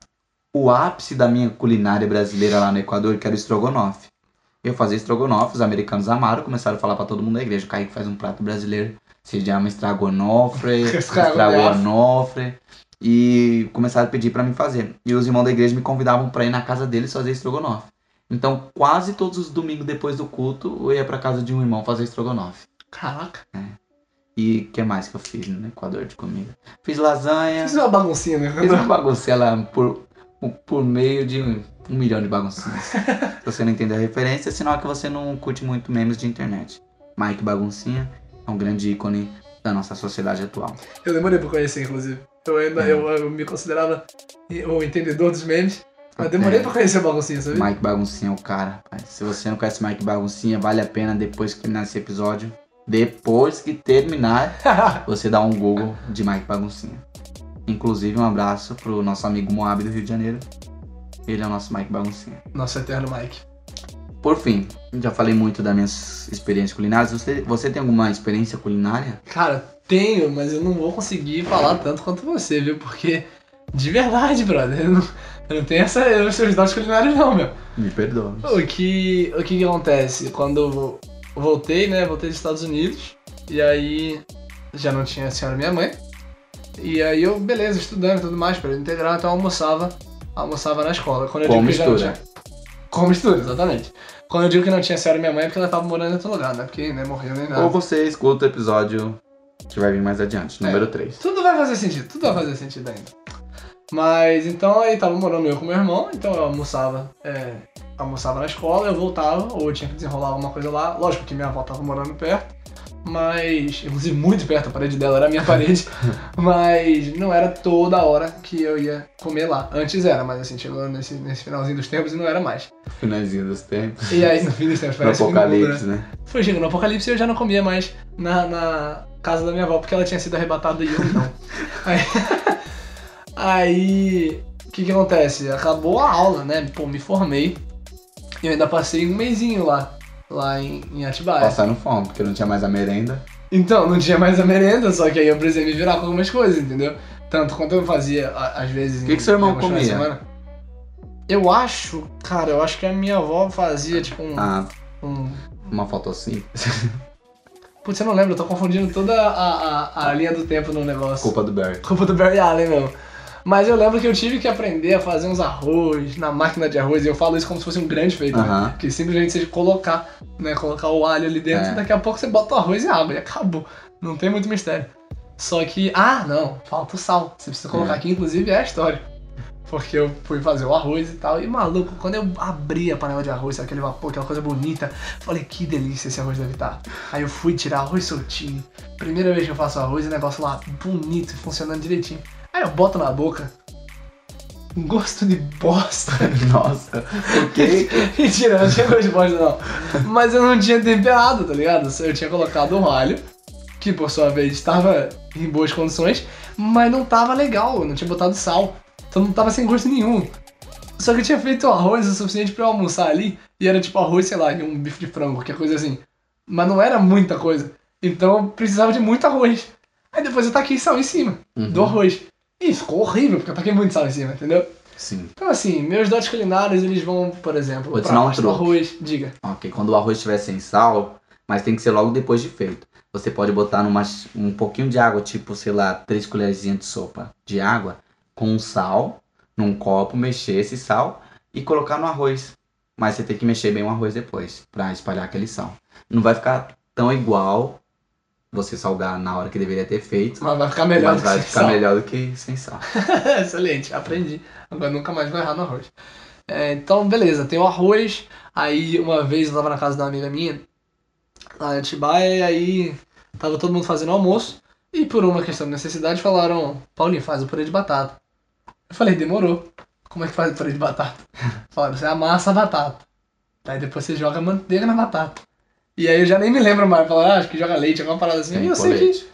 o ápice da minha culinária brasileira lá no Equador, que era o estrogonofe. Eu fazia estrogonofe, os americanos amaram, começaram a falar pra todo mundo da igreja. O Kaique faz um prato brasileiro, se chama estrogonofre,
Estrogonofe.
estrogonofre. E começaram a pedir pra mim fazer. E os irmãos da igreja me convidavam pra ir na casa deles fazer estrogonofe. Então, quase todos os domingos depois do culto, eu ia pra casa de um irmão fazer estrogonofe.
Caraca.
E o que mais que eu fiz no Equador de comida? Fiz lasanha.
Fiz uma baguncinha, né?
Fiz uma baguncela por, por meio de um, um milhão de baguncinhas. Se você não entendeu a referência, é sinal que você não curte muito memes de internet. Mike Baguncinha é um grande ícone da nossa sociedade atual.
Eu demorei pra conhecer, inclusive. Então, Eu ainda eu, eu me considerava o entendedor dos memes, mas
É.
demorei pra conhecer o baguncinha, sabe?
Mike Baguncinha é o cara, rapaz. Se você não conhece Mike Baguncinha, vale a pena depois que terminar esse episódio. Depois que terminar, você dá um Google de Mike Baguncinha. Inclusive, um abraço pro nosso amigo Moab do Rio de Janeiro. Ele é o nosso Mike Baguncinha.
Nosso eterno Mike.
Por fim, já falei muito das minhas experiências culinárias. Você, você tem alguma experiência culinária?
Cara, tenho, mas eu não vou conseguir falar tanto quanto você, viu? Porque, de verdade, brother, eu não, eu não tenho essa, eu não sou os dotes culinários não, meu.
Me perdoa.
O que, o que que acontece? Quando eu vo- voltei, né? Voltei dos Estados Unidos. E aí já não tinha a senhora minha mãe. E aí eu, beleza, estudando e tudo mais, para integrar, então eu almoçava, almoçava na escola. Quando eu
Com
digo que já não
mistura.
tinha. Com mistura, exatamente. Quando eu digo que não tinha a senhora minha mãe é porque ela tava morando em outro lugar, né? Porque né, morreu nem nada.
Ou você escuta o episódio que vai vir mais adiante,
É.
número 3.
Tudo vai fazer sentido, tudo vai fazer sentido ainda. Mas então aí tava morando eu com meu irmão, então eu almoçava, é, almoçava na escola, eu voltava, ou eu tinha que desenrolar alguma coisa lá. Lógico que minha avó tava morando perto, mas. Inclusive muito perto, a parede dela era a minha parede. mas não era toda hora que eu ia comer lá. Antes era, mas assim, chegou nesse, nesse finalzinho dos tempos e não era mais.
Finalzinho dos tempos.
E aí no fim dos tempos
No
parece o fim do mundo, né?
apocalipse, né?
Foi chegando no Apocalipse e eu já não comia mais na, na casa da minha avó, porque ela tinha sido arrebatada e eu não. Aí- Aí, o que que acontece? Acabou a aula, né? Pô, me formei e eu ainda passei um mesinho lá, lá em, em Atibaia.
Passaram fome, porque não tinha mais a merenda.
Então, não tinha mais a merenda, só que aí eu precisei me virar com algumas coisas, entendeu? Tanto quanto eu fazia, a- às vezes...
Que que
em-
seu irmão
em alguns finais de
comia?
semana. Eu acho, cara, eu acho que a minha avó fazia, tipo, um...
Ah,
um
uma assim. fotossíntese.
Putz, eu não lembro, eu tô confundindo toda a, a, a linha do tempo no negócio.
Culpa do Barry.
Culpa do Barry Allen, meu. Mas eu lembro que eu tive que aprender a fazer uns arroz na máquina de arroz, e eu falo isso como se fosse um grande feito,
Aham.
né? Que simplesmente seja colocar, né? Colocar o alho ali dentro,
É.
e daqui a pouco você bota o arroz e água, e acabou. Não tem muito mistério. Só que, ah, não, falta o sal. Você precisa colocar
É.
aqui, inclusive, é a história. Porque eu fui fazer o arroz e tal, e maluco, quando eu abri a panela de arroz, sabe, aquele vapor, aquela coisa bonita, falei, que delícia esse arroz deve estar. Aí eu fui tirar arroz soltinho. Primeira vez que é um eu faço arroz, o negócio lá bonito, funcionando direitinho. Aí eu boto na boca. Um gosto de bosta.
Nossa, ok.
Mentira, eu não tinha gosto de bosta, não. Mas eu não tinha temperado, tá ligado? Eu tinha colocado um alho, que por sua vez estava em boas condições, mas não tava legal, eu não tinha botado sal. Então não tava sem gosto nenhum. Só que eu tinha feito arroz o suficiente pra eu almoçar ali, e era tipo arroz, sei lá, e um bife de frango, qualquer coisa assim. Mas não era muita coisa. Então eu precisava de muito arroz. Aí depois eu taquei sal em cima
Uhum.
do arroz. E ficou horrível, porque eu taquei muito sal em cima, entendeu?
Sim.
Então, assim, meus dotes culinários, eles vão, por exemplo,
Vou te
pra
dar um
parte do
truque.
arroz. Diga.
Ok, quando o arroz estiver sem sal, mas tem que ser logo depois de feito. Você pode botar numa, um pouquinho de água, tipo, sei lá, três colherzinhas de sopa de água, com sal, num copo, mexer esse sal e colocar no arroz. Mas você tem que mexer bem o arroz depois, pra espalhar aquele sal. Não vai ficar tão igual você salgar na hora que deveria ter feito,
Mas vai ficar melhor
mas
do que
vai
sem
ficar
sal.
melhor do que sem sal.
Excelente, aprendi. Agora nunca mais vou errar no arroz. É, então, beleza, tem o arroz. Aí, uma vez eu tava na casa da amiga minha, lá em Atibaia, e aí tava todo mundo fazendo almoço. E por uma questão de necessidade, falaram: Paulinho, faz o purê de batata. Eu falei: demorou. Como é que faz o purê de batata? Falaram: você amassa a batata. Daí depois você joga manteiga na batata. E aí eu já nem me lembro mais. Falaram: ah, acho que joga leite, alguma parada assim.
Tem
e eu sei que.
colete.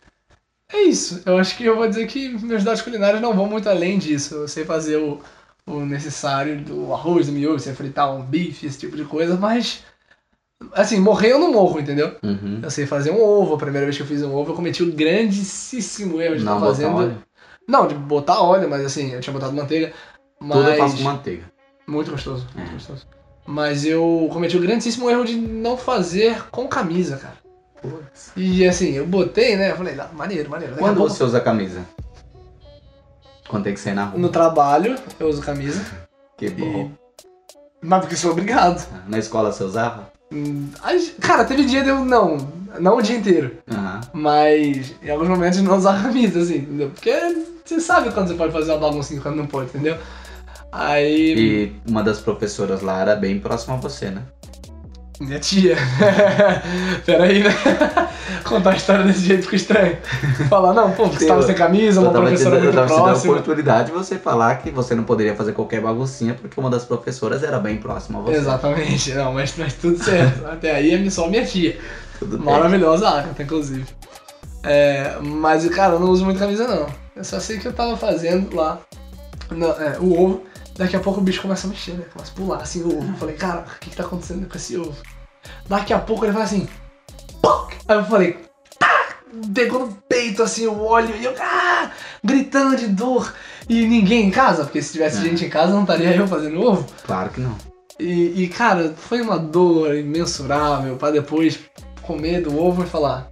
É isso. Eu acho que eu vou dizer que meus dados culinários não vão muito além disso. Eu sei fazer o, o necessário do arroz, do miolo, sei fritar um bife, esse tipo de coisa, mas. Assim, morrer eu não morro, entendeu?
Uhum.
Eu sei fazer um ovo. A primeira vez que eu fiz um ovo, eu cometi o grandíssimo erro de
Não
estar
botar
fazendo.
óleo.
Não, de botar óleo, mas assim, eu tinha botado manteiga. Mas...
Tudo eu faço com manteiga.
Muito gostoso, muito
É.
gostoso. Mas eu cometi o grandíssimo erro de não fazer com camisa, cara. E assim, eu botei, né? Eu falei, "Ah, maneiro, maneiro. Daqui a
Quando
pouco-
você usa camisa? Quando tem que sair na rua.
No trabalho, eu uso camisa.
Que bom.
Mas porque eu sou obrigado.
Na escola você usava?
Hum, aí, Cara, teve dia de eu não. Não o dia inteiro.
Aham.
Mas em alguns momentos não usar camisa, assim, entendeu? Porque você sabe quando você pode fazer uma baguncinha e quando não pode, entendeu? Aí.
E uma das professoras lá era bem próxima a você, né?
Minha tia. Peraí, né? Contar a história desse jeito fica estranho. Falar, não, pô, você
Eu-
tava sem camisa, é uma
eu tava te
professora
dando, eu
muito
tava te dando a
próxima.
oportunidade de você falar que você não poderia fazer qualquer baguncinha porque uma das professoras era bem próxima a você.
Exatamente, não, mas, mas tudo certo. Até aí é só minha tia.
Tudo bem.
Maravilhosa a Agatha, inclusive. É, mas, cara, eu não uso muito camisa, não. Eu só sei que eu tava fazendo lá na- é, o ovo. Daqui a pouco o bicho começa a mexer, né? Começa a pular assim o ovo. Eu falei, cara, o que, que tá acontecendo com esse ovo? Daqui a pouco ele faz assim. "Poc!" Aí eu falei, "Ah!" pegou no peito assim o óleo e eu ah! gritando de dor. E ninguém em casa, porque se tivesse
Ah.
gente em casa não estaria eu fazendo ovo.
Claro que não.
E, e, cara, foi uma dor imensurável pra depois comer do ovo e falar: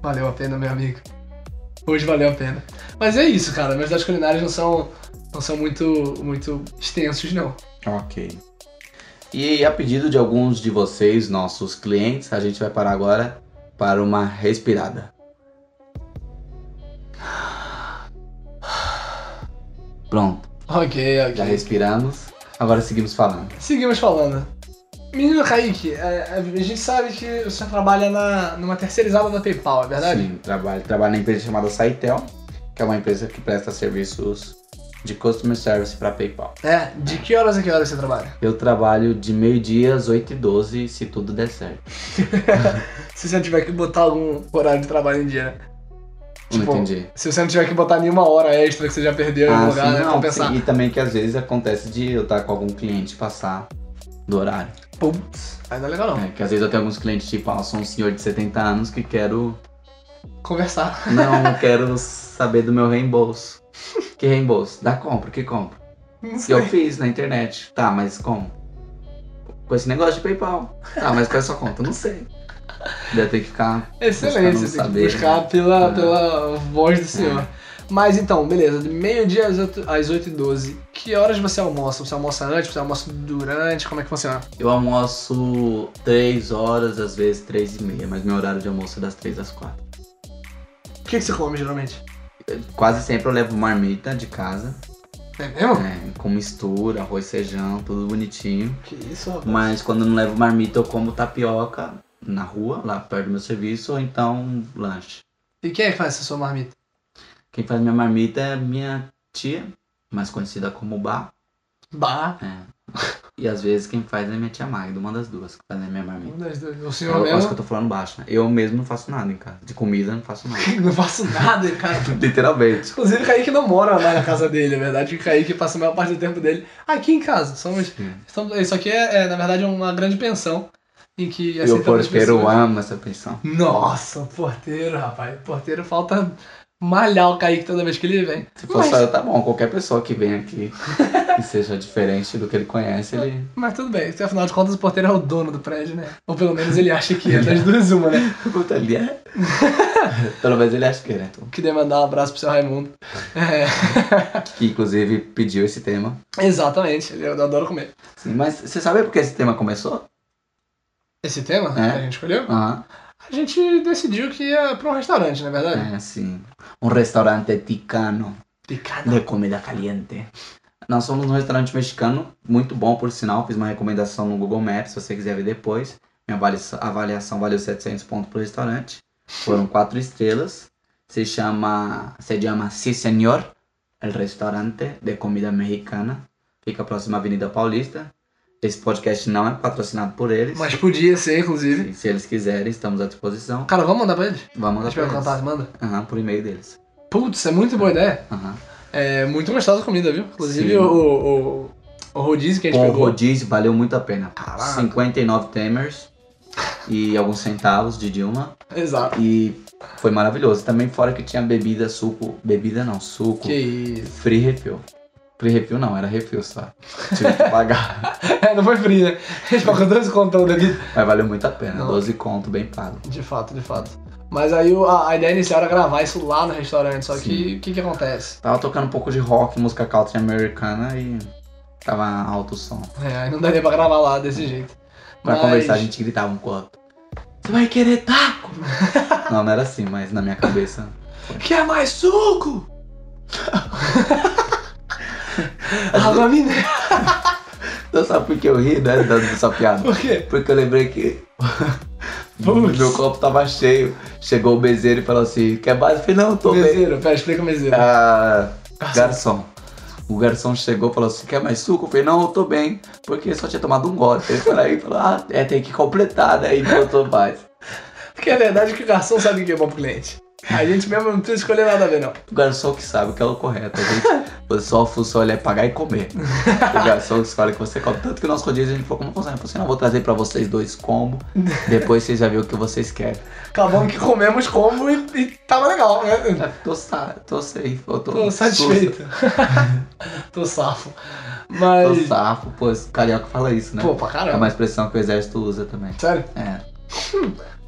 Valeu a pena, meu amigo. Hoje valeu a pena. Mas é isso, cara. Meus dados culinários não são, não são muito, muito extensos, não.
Ok. E a pedido de alguns de vocês, nossos clientes, a gente vai parar agora para uma respirada. Pronto,
Ok,
já
ok.
respiramos. Agora seguimos falando.
Seguimos falando. Menino Kaique, é, a gente sabe que o senhor trabalha na, numa terceirizada da PayPal, é verdade?
Sim, trabalho, trabalho na empresa chamada Saitel, que é uma empresa que presta serviços de customer service para PayPal.
É. De que horas a que horas você trabalha?
Eu trabalho de meio-dia às 8 e 12 se tudo der certo.
Se você tiver que botar algum horário de trabalho em dia, né? Tipo,
não entendi.
Se você não tiver que botar nenhuma hora extra que você já perdeu em
Ah,
algum lugar,
sim,
né?
não,
compensar.
sim, E também que às vezes acontece de eu estar com algum cliente e passar do horário.
Putz, aí não é legal não.
É, que às vezes eu tenho alguns clientes tipo, ah, eu sou um senhor de 70 anos que quero.
Conversar.
Não quero saber do meu reembolso. Que reembolso? Da compra, que compra?
Não
E eu
sei.
fiz na internet. Tá, mas como? Com esse negócio de PayPal. Tá, mas qual é a sua conta? Não sei. Deve ter que ficar.
Excelente, você tem
buscar não
que
saber,
buscar pela,
É.
pela voz do senhor. Mas então, beleza, de meio-dia às 8, às 8 e 12 que horas você almoça? Você almoça antes, você almoça durante, como é que funciona?
Eu almoço 3 horas, às vezes 3 e meia, mas meu horário de almoço é das 3 às 4.
O que, que você come geralmente?
Quase sempre eu levo marmita de casa,
É mesmo?
né, com mistura, arroz, feijão, tudo bonitinho.
Que isso, rapaz.
Mas quando eu não levo marmita, eu como tapioca na rua, lá perto do meu serviço, ou então lanche.
E quem é que faz essa sua marmita?
Quem faz minha marmita é minha tia, mais conhecida como Bá.
Bah.
E às vezes quem faz é minha tia Magda, uma das duas que faz a minha marmita.
Um, dois, dois. O
Eu,
senhor
eu acho que eu
mesmo?
tô falando baixo, né? Eu mesmo não faço nada em casa. De comida eu não faço nada.
Não faço nada, cara.
Literalmente.
Inclusive, Kaique não mora mais na casa dele, é verdade. que Kaique passa a maior parte do tempo dele aqui em casa. Somos, estamos- isso aqui é, é, na verdade, uma grande pensão em que
E o
aceitamos
porteiro
assim pessoas.
ama essa pensão.
Nossa, o porteiro, rapaz. O porteiro falta malhar o Kaique toda vez que ele vem.
Se for
Mas,
só eu, tá bom. Qualquer pessoa que vem aqui que seja diferente do que ele conhece, ele.
mas tudo bem, porque, afinal de contas o porteiro é o dono do prédio, né? Ou pelo menos ele acha que é das duas uma, né?
Puta, ele é. Pelo menos ele acha que é, né? Então,
Queria mandar um abraço pro seu Raimundo. É,
que inclusive pediu esse tema.
exatamente, ele- eu adoro comer.
Sim, mas você sabe por que esse tema começou?
Esse tema
É.
que a gente escolheu,
Aham.
a gente decidiu que ia pra um restaurante, na verdade.
É, sim. Um restaurante ticano
Picada.
de comida caliente. Nós fomos num restaurante mexicano, muito bom por sinal. Fiz uma recomendação no Google Maps, se você quiser ver depois. Minha avaliação, avaliação valeu 700 pontos pro restaurante. Foram quatro estrelas. Se chama, se chama Sí Señor, el restaurante de comida mexicana. Fica próximo à Avenida Paulista. Esse podcast não é patrocinado por eles.
Mas podia ser, inclusive.
Se eles quiserem, estamos à disposição.
Cara, vamos mandar pra eles?
Vamos
Mandar
mandar
pra
pra
eles.
eles.
contato, manda.
Aham, por e-mail deles.
Putz, é muito boa ideia.
Aham.
É muito gostosa a comida, viu? Inclusive
Sim.
o, o, o rodízio que a gente
Bom, o
pegou.
rodízio valeu muito a pena.
Caraca.
59 temers e alguns centavos de Dilma.
Exato.
E foi maravilhoso. Também fora que tinha bebida, suco. Bebida não, suco.
Que isso.
Free refill. Free refill não, era refill só. Tive que pagar.
É, não foi frio, né? A gente pagou 12 contão daqui.
Mas valeu muito a pena.
Não.
12 conto, bem pago.
De fato, de fato. Mas aí o- a, a ideia inicial era gravar isso lá no restaurante, só que
Sim.
o que que acontece?
Tava tocando um pouco de rock, música country americana e tava alto o som.
É, aí não daria pra gravar lá desse jeito.
Pra
Mas-
conversar, a gente gritava um com o outro. Você vai querer taco? não, não era assim, mas na minha cabeça.
Quer mais suco? Água mineira.
Então sabe por que eu ri, né, da- dessa piada?
Por quê?
Porque eu lembrei que
Putz.
meu copo tava cheio. Chegou o bezeiro e falou assim, quer base? Eu falei, não, tô bem.
Meseiro, pera, explica o meseiro.
Ah, garçom. O garçom chegou e falou assim, quer mais suco? Eu falei, não, eu tô bem, porque só tinha tomado um gole. Ele falou aí, falou, ah, é, tem que completar, né, e botou mais.
Porque a verdade é que o garçom sabe o que é bom pro cliente. A gente mesmo não precisa escolher nada a ver, não.
O garçom que sabe o que é o correto, a gente, o só a função ele é pagar e comer. O garçom escolhe o que você come. Tanto que o nosso rodízio a gente falou, como funciona? Eu falei assim, não, eu vou trazer pra vocês dois combo, depois vocês já viram o que vocês querem.
Acabamos que comemos combo e, e tava legal, né?
É, Tô, sa- tô safe, eu tô,
Tô satisfeito. Tô safo. Mas.
Tô safo, pô, esse carioca fala isso, né?
Pô, pra
é
caramba.
uma expressão que o exército usa também.
Sério?
É.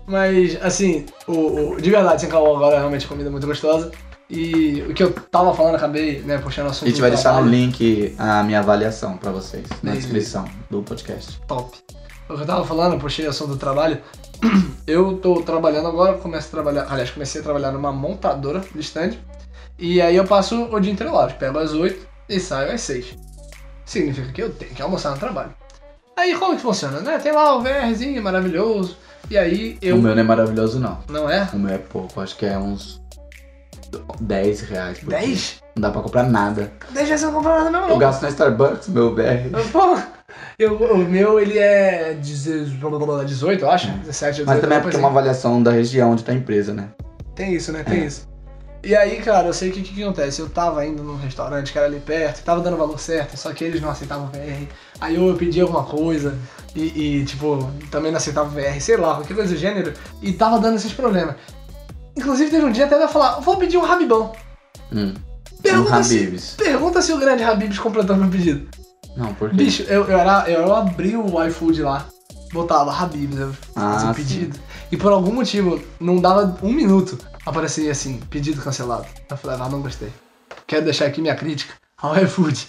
Mas, assim, o, o- de verdade, sem calor agora é realmente comida muito gostosa. E o que eu tava falando, acabei, né, puxando o
A
assunto.
gente
do
vai deixar no
trabalho.
link a minha avaliação pra vocês, na
Beleza.
descrição do podcast.
top. O que eu tava falando, eu puxei o assunto do trabalho. Eu tô trabalhando agora, começo a trabalhar, aliás, comecei a trabalhar numa montadora de stand. E aí eu passo o dia inteiro lá, eu pego às 8 e saio às 6. Significa que eu tenho que almoçar no trabalho. Aí como que funciona, né? Tem lá o VRzinho maravilhoso. E aí eu.
O meu não é maravilhoso, não.
Não é?
O meu é pouco, acho que é uns 10 reais. por dia.
10?
Não dá pra comprar nada.
10 reais eu não compro nada mesmo, não.
Eu gasto na Starbucks, meu BR.
Pô, eu- o meu ele é 18, eu acho. 17, 18.
Mas também
alguma
é porque
coisa
é uma avaliação da região onde tá a empresa, né?
Tem isso, né? Tem isso. E aí, cara, eu sei que o que, que acontece. Eu tava indo num restaurante que era ali perto, tava dando o valor certo, só que eles não aceitavam VR. Aí ou eu pedi alguma coisa e, e, tipo, também não aceitava VR, sei lá, qualquer coisa do gênero, e tava dando esses problemas. Inclusive, teve um dia até de eu falar, vou pedir um rabibão.
Hum. Um
Pergunta se,
Habibs.
pergunta se o grande Habibs completou meu pedido.
Não, por quê?
Bicho, eu, eu, era, eu, abri o iFood lá, botava Habibs, eu fazia
Ah,
um pedido. E por algum motivo, não dava um minuto, aparecia assim, pedido cancelado. Eu falei, ah, não gostei. Quero deixar aqui minha crítica ao iFood.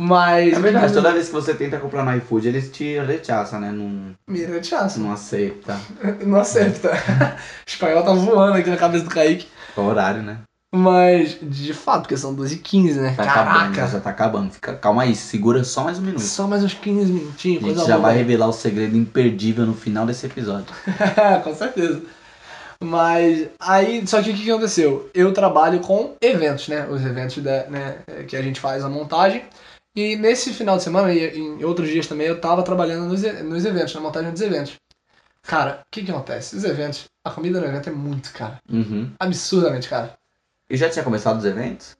Mas.
É verdade, toda vez que você tenta comprar no iFood, eles te rechaçam, né? Não,
Mira de aço.
não aceita.
Não acerta. o espanhol tá voando aqui na cabeça do Kaique.
É o horário, né?
Mas, de fato, porque são 12h15, né?
Tá acabando, né?
Caraca!
já tá acabando. Fica, calma aí, segura só mais um minuto.
Só mais uns 15 minutinhos,
A
coisa
gente já
boa. né?
vai revelar o segredo imperdível no final desse episódio.
Com certeza. Mas aí, só que o que que aconteceu? Eu trabalho com eventos, né? Os eventos da, né, que a gente faz a montagem. E nesse final de semana e em outros dias também eu tava trabalhando nos, e- nos eventos, na montagem dos eventos. Cara, o que que acontece? Os eventos, a comida no evento é muito cara.
Uhum.
Absurdamente cara.
E já tinha começado os eventos?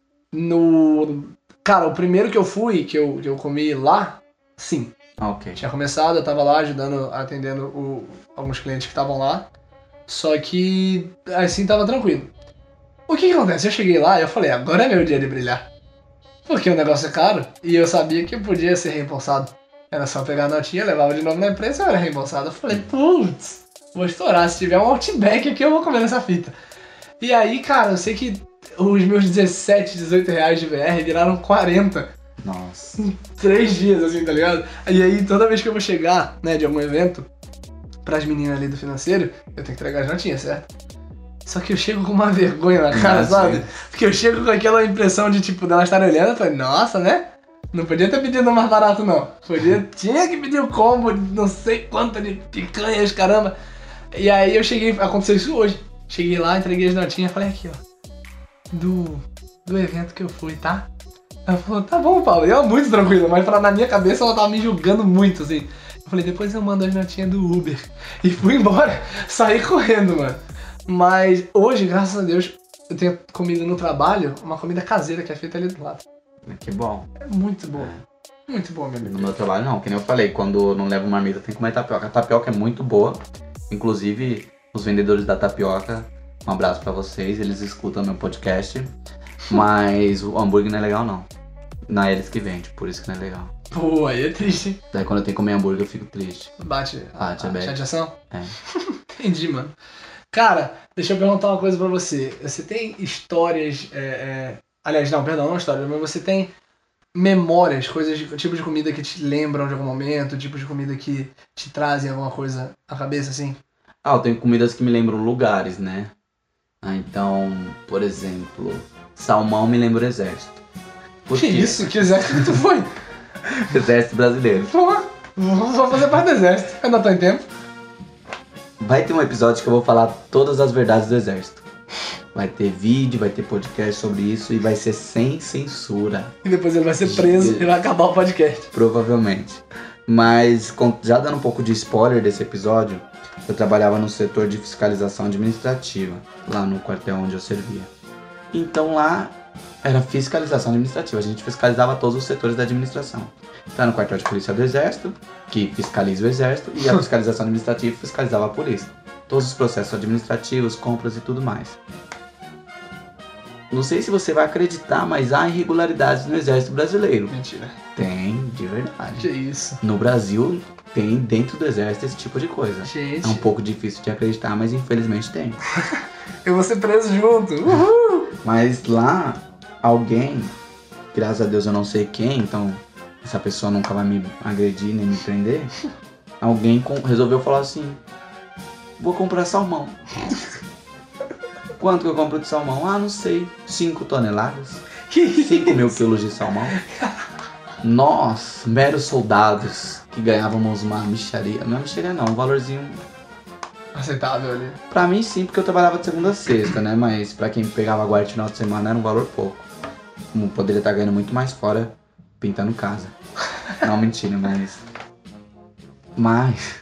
No. Cara, o primeiro que eu fui, que eu, que eu comi lá, sim.
Ah, ok.
Tinha começado, eu tava lá ajudando, atendendo o- alguns clientes que estavam lá. Só que assim tava tranquilo. O que, que acontece? Eu cheguei lá e eu falei, agora é meu dia de brilhar. Porque o negócio é caro e eu sabia que eu podia ser reembolsado. Era só pegar a notinha, levava de novo na empresa e eu era reembolsado. Eu falei, putz, vou estourar. Se tiver um outback aqui, eu vou comer nessa fita. E aí, cara, eu sei que os meus 17, 18 reais de VR viraram 40
Nossa.
três dias, assim, tá ligado? E aí, toda vez que eu vou chegar, né, de algum evento, pras meninas ali do financeiro, eu tenho que entregar as notinhas, certo? Só que eu chego com uma vergonha na cara,
Nossa,
sabe?
é.
Porque eu chego com aquela impressão de, tipo, delas estarem olhando e falei, nossa, né? Não podia ter pedido mais barato, não. Podia, tinha que pedir o combo de não sei quanto de picanhas, caramba. E aí eu cheguei, aconteceu isso hoje. Cheguei lá, entreguei as notinhas, falei aqui, ó. Do, do evento que eu fui, tá? Ela falou, tá bom, Paulo. E ela muito tranquila, mas pra, na minha cabeça ela tava me julgando muito, assim. Eu falei, depois eu mando as notinhas do Uber. E fui embora, saí correndo, mano. Mas hoje, graças a Deus, eu tenho comida no trabalho, uma comida caseira que é feita ali do lado.
Que bom.
É muito boa. Muito boa, meu amigo.
No meu trabalho não, que nem eu falei, quando eu não levo marmita tem que comer tapioca. A tapioca é muito boa. Inclusive, os vendedores da tapioca, um abraço pra vocês, eles escutam meu podcast. Mas o hambúrguer não é legal não. Na eles que vende, por isso que não é legal.
Pô, aí é triste, hein?
Daí quando eu tenho que comer hambúrguer eu fico triste.
Bate.
Bate,
a, a
bate.
chateação?
É.
Entendi, mano. Cara, deixa eu perguntar uma coisa pra você. Você tem histórias. é, é, Aliás, não, perdão, não histórias, mas você tem memórias, coisas, de- tipos de comida que te lembram de algum momento, tipos de comida que te trazem alguma coisa à cabeça, assim?
Ah, eu tenho comidas que me lembram lugares, né? Ah, então, por exemplo, salmão me lembra o exército. Por
que
quê?
isso? Que exército que tu foi?
Exército brasileiro.
Porra, vou vou fazer parte do exército. Ainda tô em tempo.
Vai ter um episódio que eu vou falar todas as verdades do exército. Vai ter vídeo, vai ter podcast sobre isso e vai ser sem censura,
E depois ele vai ser preso e vai acabar o podcast.
provavelmente. Mas com- já dando um pouco de spoiler desse episódio, eu trabalhava no setor de fiscalização administrativa, lá no quartel onde eu servia. Então lá era fiscalização administrativa, a gente fiscalizava todos os setores da administração. Tá no quartel de polícia do exército, que fiscaliza o exército, e a fiscalização administrativa fiscalizava a polícia. Todos os processos administrativos, compras e tudo mais. Não sei se você vai acreditar, mas há irregularidades no exército brasileiro.
Mentira.
Tem, de verdade.
Que isso.
No Brasil, tem dentro do exército esse tipo de coisa. É
Gente.
um pouco difícil de acreditar, mas infelizmente tem.
Eu vou ser preso junto. Uhul.
Mas lá, alguém, graças a Deus eu não sei quem, então essa pessoa nunca vai me agredir nem me prender. Alguém com- resolveu falar assim: Vou comprar salmão. Quanto que eu compro de salmão? Ah, não sei. 5 toneladas?
Que
5 mil quilos de salmão? Nós, meros soldados, que ganhávamos uma micharia. Não é micharia, não, um valorzinho
Aceitável ali.
Pra mim sim, porque eu trabalhava de segunda a sexta, né? Mas pra quem pegava guarda de final de semana era um valor pouco. Como poderia estar ganhando muito mais fora pintando casa. Não, mentira, mas. Mas.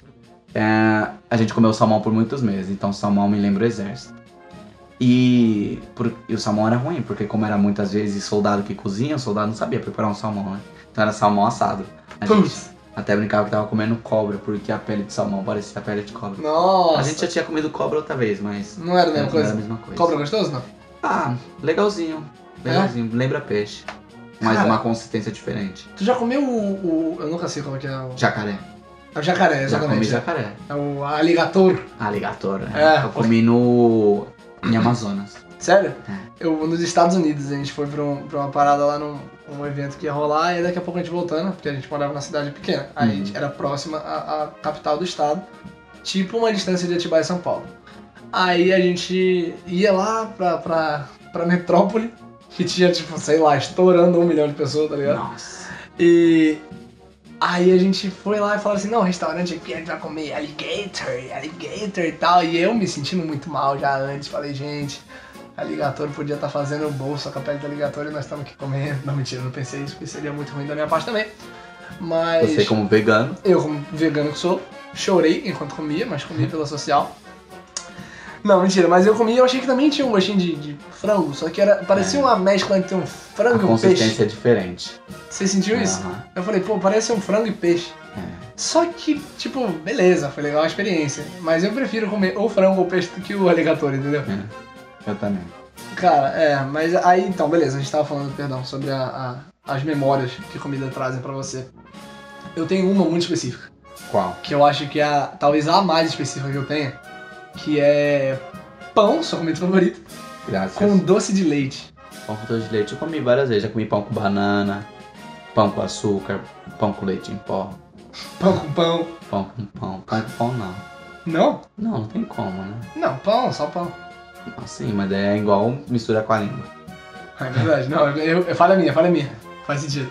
é, a gente comeu salmão por muitos meses, então salmão me lembra o exército. E, por- e o salmão era ruim, porque como era muitas vezes soldado que cozinha, o soldado não sabia preparar um salmão, né? Então era salmão assado. A gente
Putz.
até brincava que tava comendo cobra, porque a pele de salmão parecia a pele de cobra.
Nossa.
A gente já tinha comido cobra outra vez, mas.
Não era a mesma
não
coisa?
era a mesma coisa.
Cobra gostoso, não?
Ah, legalzinho. Legalzinho. Lembra peixe. Mas
Cara.
uma consistência diferente.
Tu já comeu o, o- Eu nunca sei como é que é o...
Jacaré.
É o jacaré,
Já comi
exatamente.
jacaré.
É o alligator.
Alligator, né?
É,
Eu comi no. Em Amazonas.
Sério?
É.
Eu, nos Estados Unidos, a gente foi pra, um- pra uma parada lá num um evento que ia rolar, e daqui a pouco a gente voltando, porque a gente morava na cidade pequena. A
Uhum.
gente era próxima à, à capital do estado, tipo uma distância de Atibaia e São Paulo. Aí a gente ia lá pra, pra, pra metrópole, É. que tinha, tipo, sei lá, estourando um milhão de pessoas, tá ligado?
Nossa.
E Aí a gente foi lá e falou assim, não, restaurante aqui, a gente vai comer alligator, alligator e tal. E eu me sentindo muito mal já antes, falei, gente, alligator podia estar fazendo bolsa com a pele do alligator e nós estamos aqui comendo. Não, mentira, eu não pensei isso, porque seria muito ruim da minha parte também. Mas
Você como vegano.
eu, como vegano que sou, chorei enquanto comia, mas
Uhum.
comia pela social. Não, mentira, mas eu comia, eu achei que também tinha um gostinho de, de frango, só que era, parecia uma mescla entre um
É. A
frango e um peixe.
consistência é diferente.
Você sentiu isso?
Aham.
Eu falei, pô, parece um frango e peixe.
É.
Só que, tipo, beleza, foi legal a experiência. Mas eu prefiro comer ou frango ou peixe do que o alligator, entendeu?
Eu também.
Cara, é, mas aí então, beleza, a gente tava falando, perdão, sobre a- a- as memórias que comida trazem pra você. Eu tenho uma muito específica,
Qual?
que eu acho que é a, talvez a mais específica que eu tenha, que é pão, sua comida favorita,
Graças.
com doce de leite.
Pão com doce de leite eu comi várias vezes. Já comi pão com banana, pão com açúcar, pão com leite em pó,
Pão com pão.
pão com pão. Pão com pão não.
Não?
Não, não tem como, né?
Não, pão, só pão.
Não, Sim, mas é igual mistura com a língua.
É verdade, não, eu, eu, falha minha, falha minha. Faz sentido.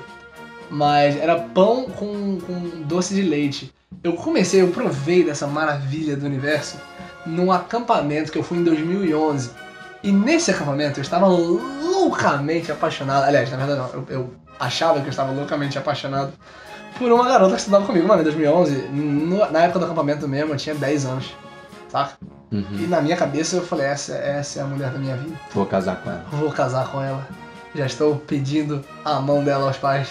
Mas era pão com, com doce de leite. Eu comecei, eu provei dessa maravilha do universo num acampamento que eu fui em 2011. E nesse acampamento eu estava loucamente apaixonado. Aliás, na verdade, não, eu, eu achava que eu estava loucamente apaixonado por uma garota que estudava comigo, mano, em 2011. no- na época do acampamento mesmo, eu tinha 10 anos, saca?
Uhum.
E na minha cabeça eu falei: essa, essa é a mulher da minha vida.
Vou casar com ela.
Vou casar com ela. Já estou pedindo a mão dela aos pais.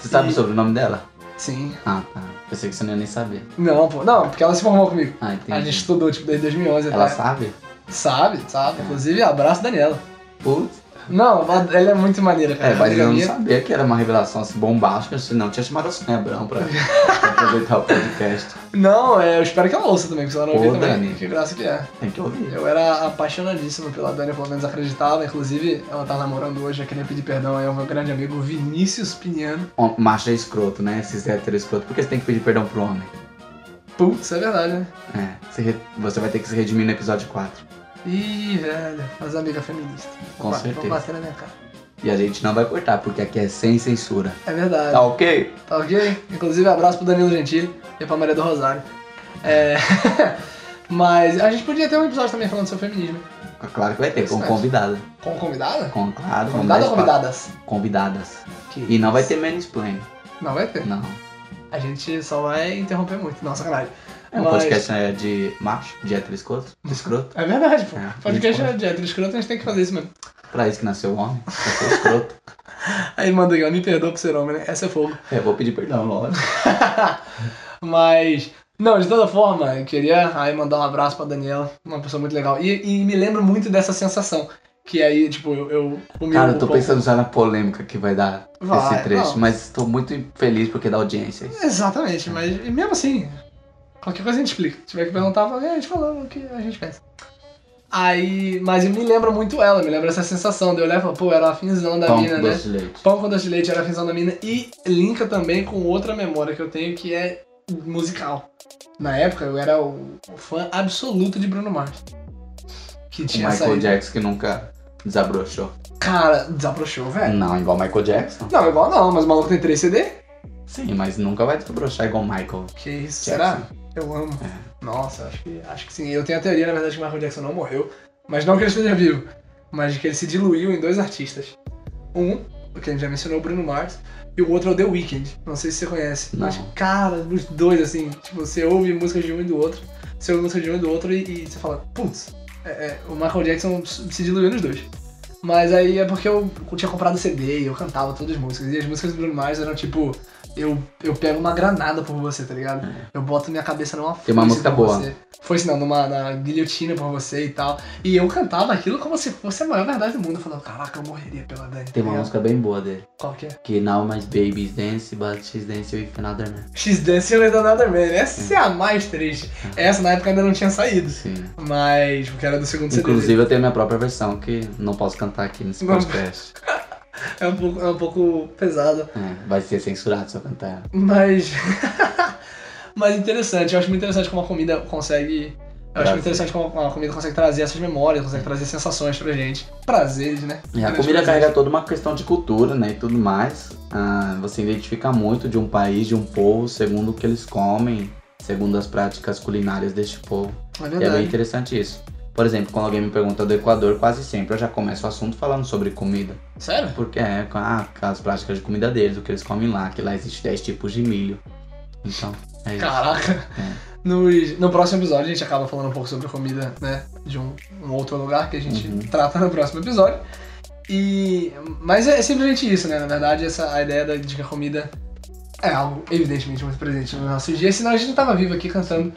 Você sabe
E-
sobre o nome dela?
Sim.
Ah, tá. Pensei que você não ia nem saber.
Não, pô. Não, porque ela se formou comigo.
Ah,
A gente
entendi.
estudou, tipo, desde 2011
Ela
até.
sabe? É.
Sabe, sabe. Inclusive, abraço Daniela.
Putz.
Não, ela- ela é muito maneira, cara.
É, mas eu não
Amiga minha.
sabia que era uma revelação assim bombástica, senão tinha chamado a Sônia Abrão pra, pra aproveitar o podcast.
Não, é, eu espero que ela ouça também, porque se ela não
Pô,
ouvir também,
Dani.
que graça que é.
Tem que ouvir.
Eu era apaixonadíssimo pela Dani, eu pelo menos acreditava. Inclusive, ela tá namorando hoje, eu queria pedir perdão aí ao meu grande amigo Vinícius Piniano.
Hom- Macho é escroto, né? Esses héteros escroto. Por que você tem que pedir perdão pro homem?
Putz, é verdade, né?
É, se re- você vai ter que se redimir no episódio 4.
Ih, velho, as amigas feministas.
Com
Vão ba-
certeza.
Vão bater na minha cara.
E a gente não vai cortar, porque aqui é sem censura.
É verdade.
Tá ok?
Tá ok? Inclusive, abraço pro Danilo Gentili e pra Maria do Rosário. É. Mas a gente podia ter um episódio também falando sobre feminismo.
Claro que vai ter, com
Certo.
convidada.
Com convidada?
Com, claro, vamos
Convidada ou
dar espaço.
convidadas?
Convidadas.
Que
E não vai
isso.
ter mansplaining.
Não vai ter.
Não.
A gente só vai interromper muito. Não, sacanagem.
É um
Mas-
podcast é, de macho, de hétero escroto, de escroto.
É verdade, pô.
É,
Podcast
a
é
gente
de hétero escroto, a gente tem que fazer isso mesmo.
Pra isso que nasceu homem, pra ser escroto.
Aí ele manda aqui, ó, me perdoa por ser homem, né? Essa é fogo.
É, vou pedir perdão, lógico.
Mas, não, de toda forma, eu queria aí mandar um abraço pra Daniela, uma pessoa muito legal. E, e me lembro muito dessa sensação. Que aí, tipo, eu, eu comi
Cara,
um
eu tô
pouco-
pensando já na polêmica que vai dar
Vai,
esse trecho,
não.
mas tô muito feliz porque dá audiência.
Exatamente, mas e mesmo assim, qualquer coisa a gente explica. Se tiver que perguntar, fala, "É, a gente falou o que a gente pensa. Aí, mas me lembra muito ela, me lembra essa sensação de eu olhar e falar, pô, era a finzão da
Pão
mina,
com
né?
doce de leite.
Pão com doce de leite era a finzão da mina e linka também com outra memória que eu tenho que é musical. Na época eu era o o fã absoluto de Bruno Mars. Que
O
tinha
Michael
saído.
Jackson que nunca desabrochou.
Cara, desabrochou, velho.
Não, igual Michael Jackson.
Não, igual não, mas o maluco tem 3 CD?
Sim, mas nunca vai desabrochar igual Michael.
Que isso,
Jackson.
será? Eu amo. Nossa, acho que, acho que sim. Eu tenho a teoria, na verdade, que Michael Jackson não morreu, mas não que ele esteja vivo, mas que ele se diluiu em dois artistas. Um, o que a gente já mencionou, o Bruno Mars, e o outro é o The Weeknd. Não sei se você conhece, mas
Não.
cara, os dois, assim, tipo, você ouve músicas de um e do outro, você ouve músicas de um e do outro e, e você fala, putz, é- é, o Michael Jackson se diluiu nos dois. Mas aí é porque eu tinha comprado CD e eu cantava todas as músicas. E as músicas do Bruno Mars eram tipo, eu, eu pego uma granada por você, tá ligado? Eu boto minha cabeça numa
É. Tem uma
foice
música
por
boa.
Você. Foi não, numa na guilhotina por você e tal. E eu cantava aquilo como se fosse a maior verdade do mundo. Eu falava, caraca, eu morreria pela Dani.
Tem
tá
uma
ligado?
música bem boa dele.
Qual que é?
Que Now My Babies Dance, But She's Dance With Another Man.
She's Dancing with Another Man. Essa é a mais triste.
É.
Essa na época ainda não tinha saído.
Sim. né?
Mas, porque era do segundo CD. dele.
Inclusive eu tenho minha própria versão que não posso cantar aqui nesse
Não.
podcast.
É um pouco, é um pouco pesado.
É, vai ser censurado se eu cantar.
Mas. Mas interessante, eu acho muito interessante como a comida consegue Eu acho muito interessante como a comida consegue trazer essas memórias, consegue trazer sensações pra gente. Prazeres, né?
É, a
Grandes
comida
prazeres.
carrega toda uma questão de cultura, né, e tudo mais. Ah, você identifica muito de um país, de um povo, segundo o que eles comem, segundo as práticas culinárias deste povo.
É
E é bem
verdade.
interessante isso. Por exemplo, quando alguém me pergunta do Equador, quase sempre eu já começo o assunto falando sobre comida.
Sério?
Porque é com a- com as práticas de comida deles, o que eles comem lá, que lá existe 10 tipos de milho. Então, é isso.
Caraca. Nos- No, próximo episódio a gente acaba falando um pouco sobre comida, né? De um, um outro lugar que a gente
Uhum.
trata no próximo episódio. E. Mas é simplesmente isso, né? Na verdade, essa, a ideia da, de que a comida é algo evidentemente muito presente nos nossos dias, senão a gente não tava vivo aqui cantando.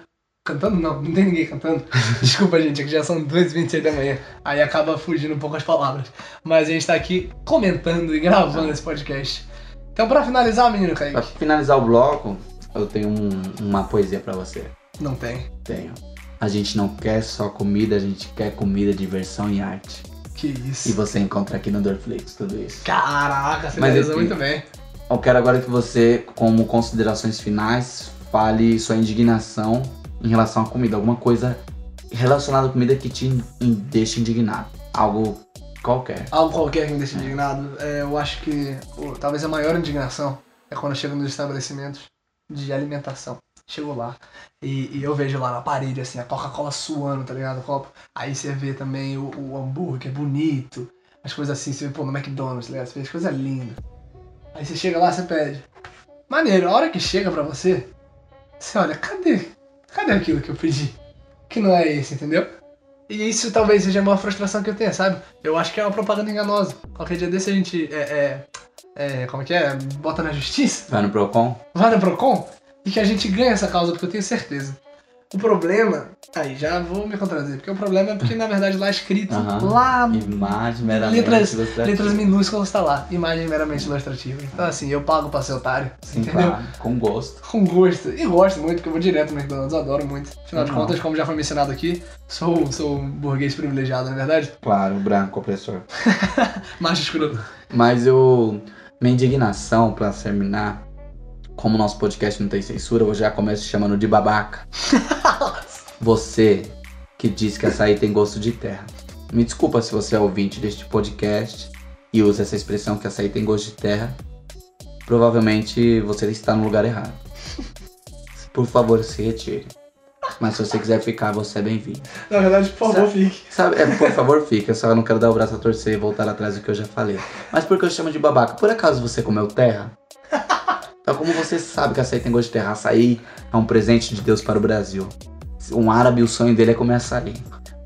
Cantando? Não, não tem ninguém cantando. Desculpa, gente, é que já são 2h26 da manhã. Aí acaba fugindo um pouco as palavras. Mas a gente tá aqui comentando e
Uhum.
gravando esse podcast. Então, pra finalizar, menino
Pra
Kaique,
finalizar o bloco, eu tenho um- uma poesia pra você.
não tem.
Tenho. A gente não quer só comida, a gente quer comida, diversão e arte.
Que isso.
E você encontra aqui no Dorflix tudo isso.
Caraca, você
Mas
realizou
enfim.
muito bem.
Eu quero agora que você, como considerações finais, fale sua indignação em relação à comida. Alguma coisa relacionada à comida que te in- in- deixa indignado. Algo qualquer.
Algo qualquer que me deixa indignado, é, eu acho que pô, talvez a maior indignação é quando eu chego nos estabelecimentos de alimentação. Chego lá e, e eu vejo lá na parede, assim, a Coca-Cola suando, tá ligado? O copo. Aí você vê também o, o hambúrguer é bonito, as coisas assim, você vê, pô, no McDonald's, tá ligado? Você vê as coisas lindas. Aí você chega lá, você pede. Maneiro, a hora que chega pra você, você olha, cadê? Cadê aquilo que eu pedi? Que não é esse, entendeu? E isso talvez seja a maior frustração que eu tenha, sabe? Eu acho que é uma propaganda enganosa. Qualquer dia desse a gente é. é, é, como é que é? Bota na justiça,
Vai no Procon?
vai no Procon e que a gente ganha essa causa, porque eu tenho certeza. O problema. Aí já vou me contradizer, porque o problema é porque na verdade lá é escrito,
Aham.
lá
Imagem meramente.
Letras-
ilustrativa.
letras minúsculas tá lá, imagem meramente ilustrativa. Então assim, eu pago pra ser otário,
Sim,
entendeu?
claro, com gosto.
Com gosto. E gosto muito, porque eu vou direto no McDonald's, adoro muito. Afinal de
Uhum.
contas, como já foi mencionado aqui, sou, sou um burguês privilegiado, na verdade.
Claro, branco, opressor.
Macho escroto.
Mas eu. Minha indignação, pra terminar, como nosso podcast não tem censura, eu já começo te chamando de babaca. você que diz que açaí tem gosto de terra. Me desculpa se você é ouvinte deste podcast e usa essa expressão que açaí tem gosto de terra. Provavelmente você está no lugar errado. Por favor, se retire. Mas se você quiser ficar, você é bem-vindo.
Na verdade, por favor, fique.
Sabe, é, por favor, fica. Eu só não quero dar o braço a torcer e voltar atrás do que eu já falei. Mas por que eu chamo de babaca? Por acaso você comeu terra? Então, como você sabe que açaí tem gosto de terra, açaí é um presente de Deus para o Brasil. Um árabe, o sonho dele é comer açaí.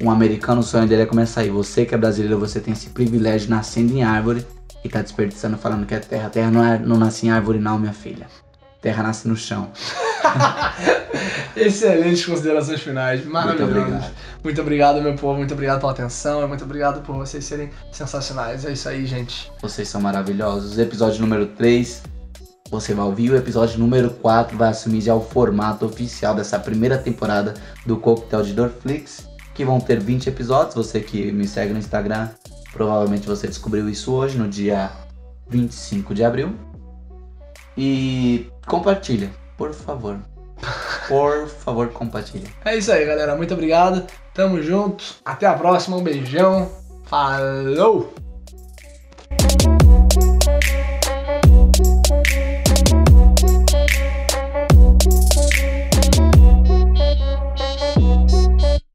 Um americano, o sonho dele é comer açaí. Você que é brasileiro, você tem esse privilégio nascendo em árvore e tá desperdiçando falando que é terra. Terra não, é, não nasce em árvore, não, minha filha. Terra nasce no chão.
Excelentes considerações finais,
Muito
maravilhosas.
obrigado.
Muito obrigado, meu povo. Muito obrigado pela atenção. E muito obrigado por vocês serem sensacionais. É isso aí, gente.
Vocês são maravilhosos. Episódio número 3. Você vai ouvir o episódio número 4, vai assumir já o formato oficial dessa primeira temporada do Coquetel de Dorflix, que vão ter 20 episódios. Você que me segue no Instagram, provavelmente você descobriu isso hoje, no dia 25 de abril. E compartilha, por favor. Por favor, compartilha.
É isso aí, galera. Muito obrigado. Tamo junto. Até a próxima. Um beijão. Falou!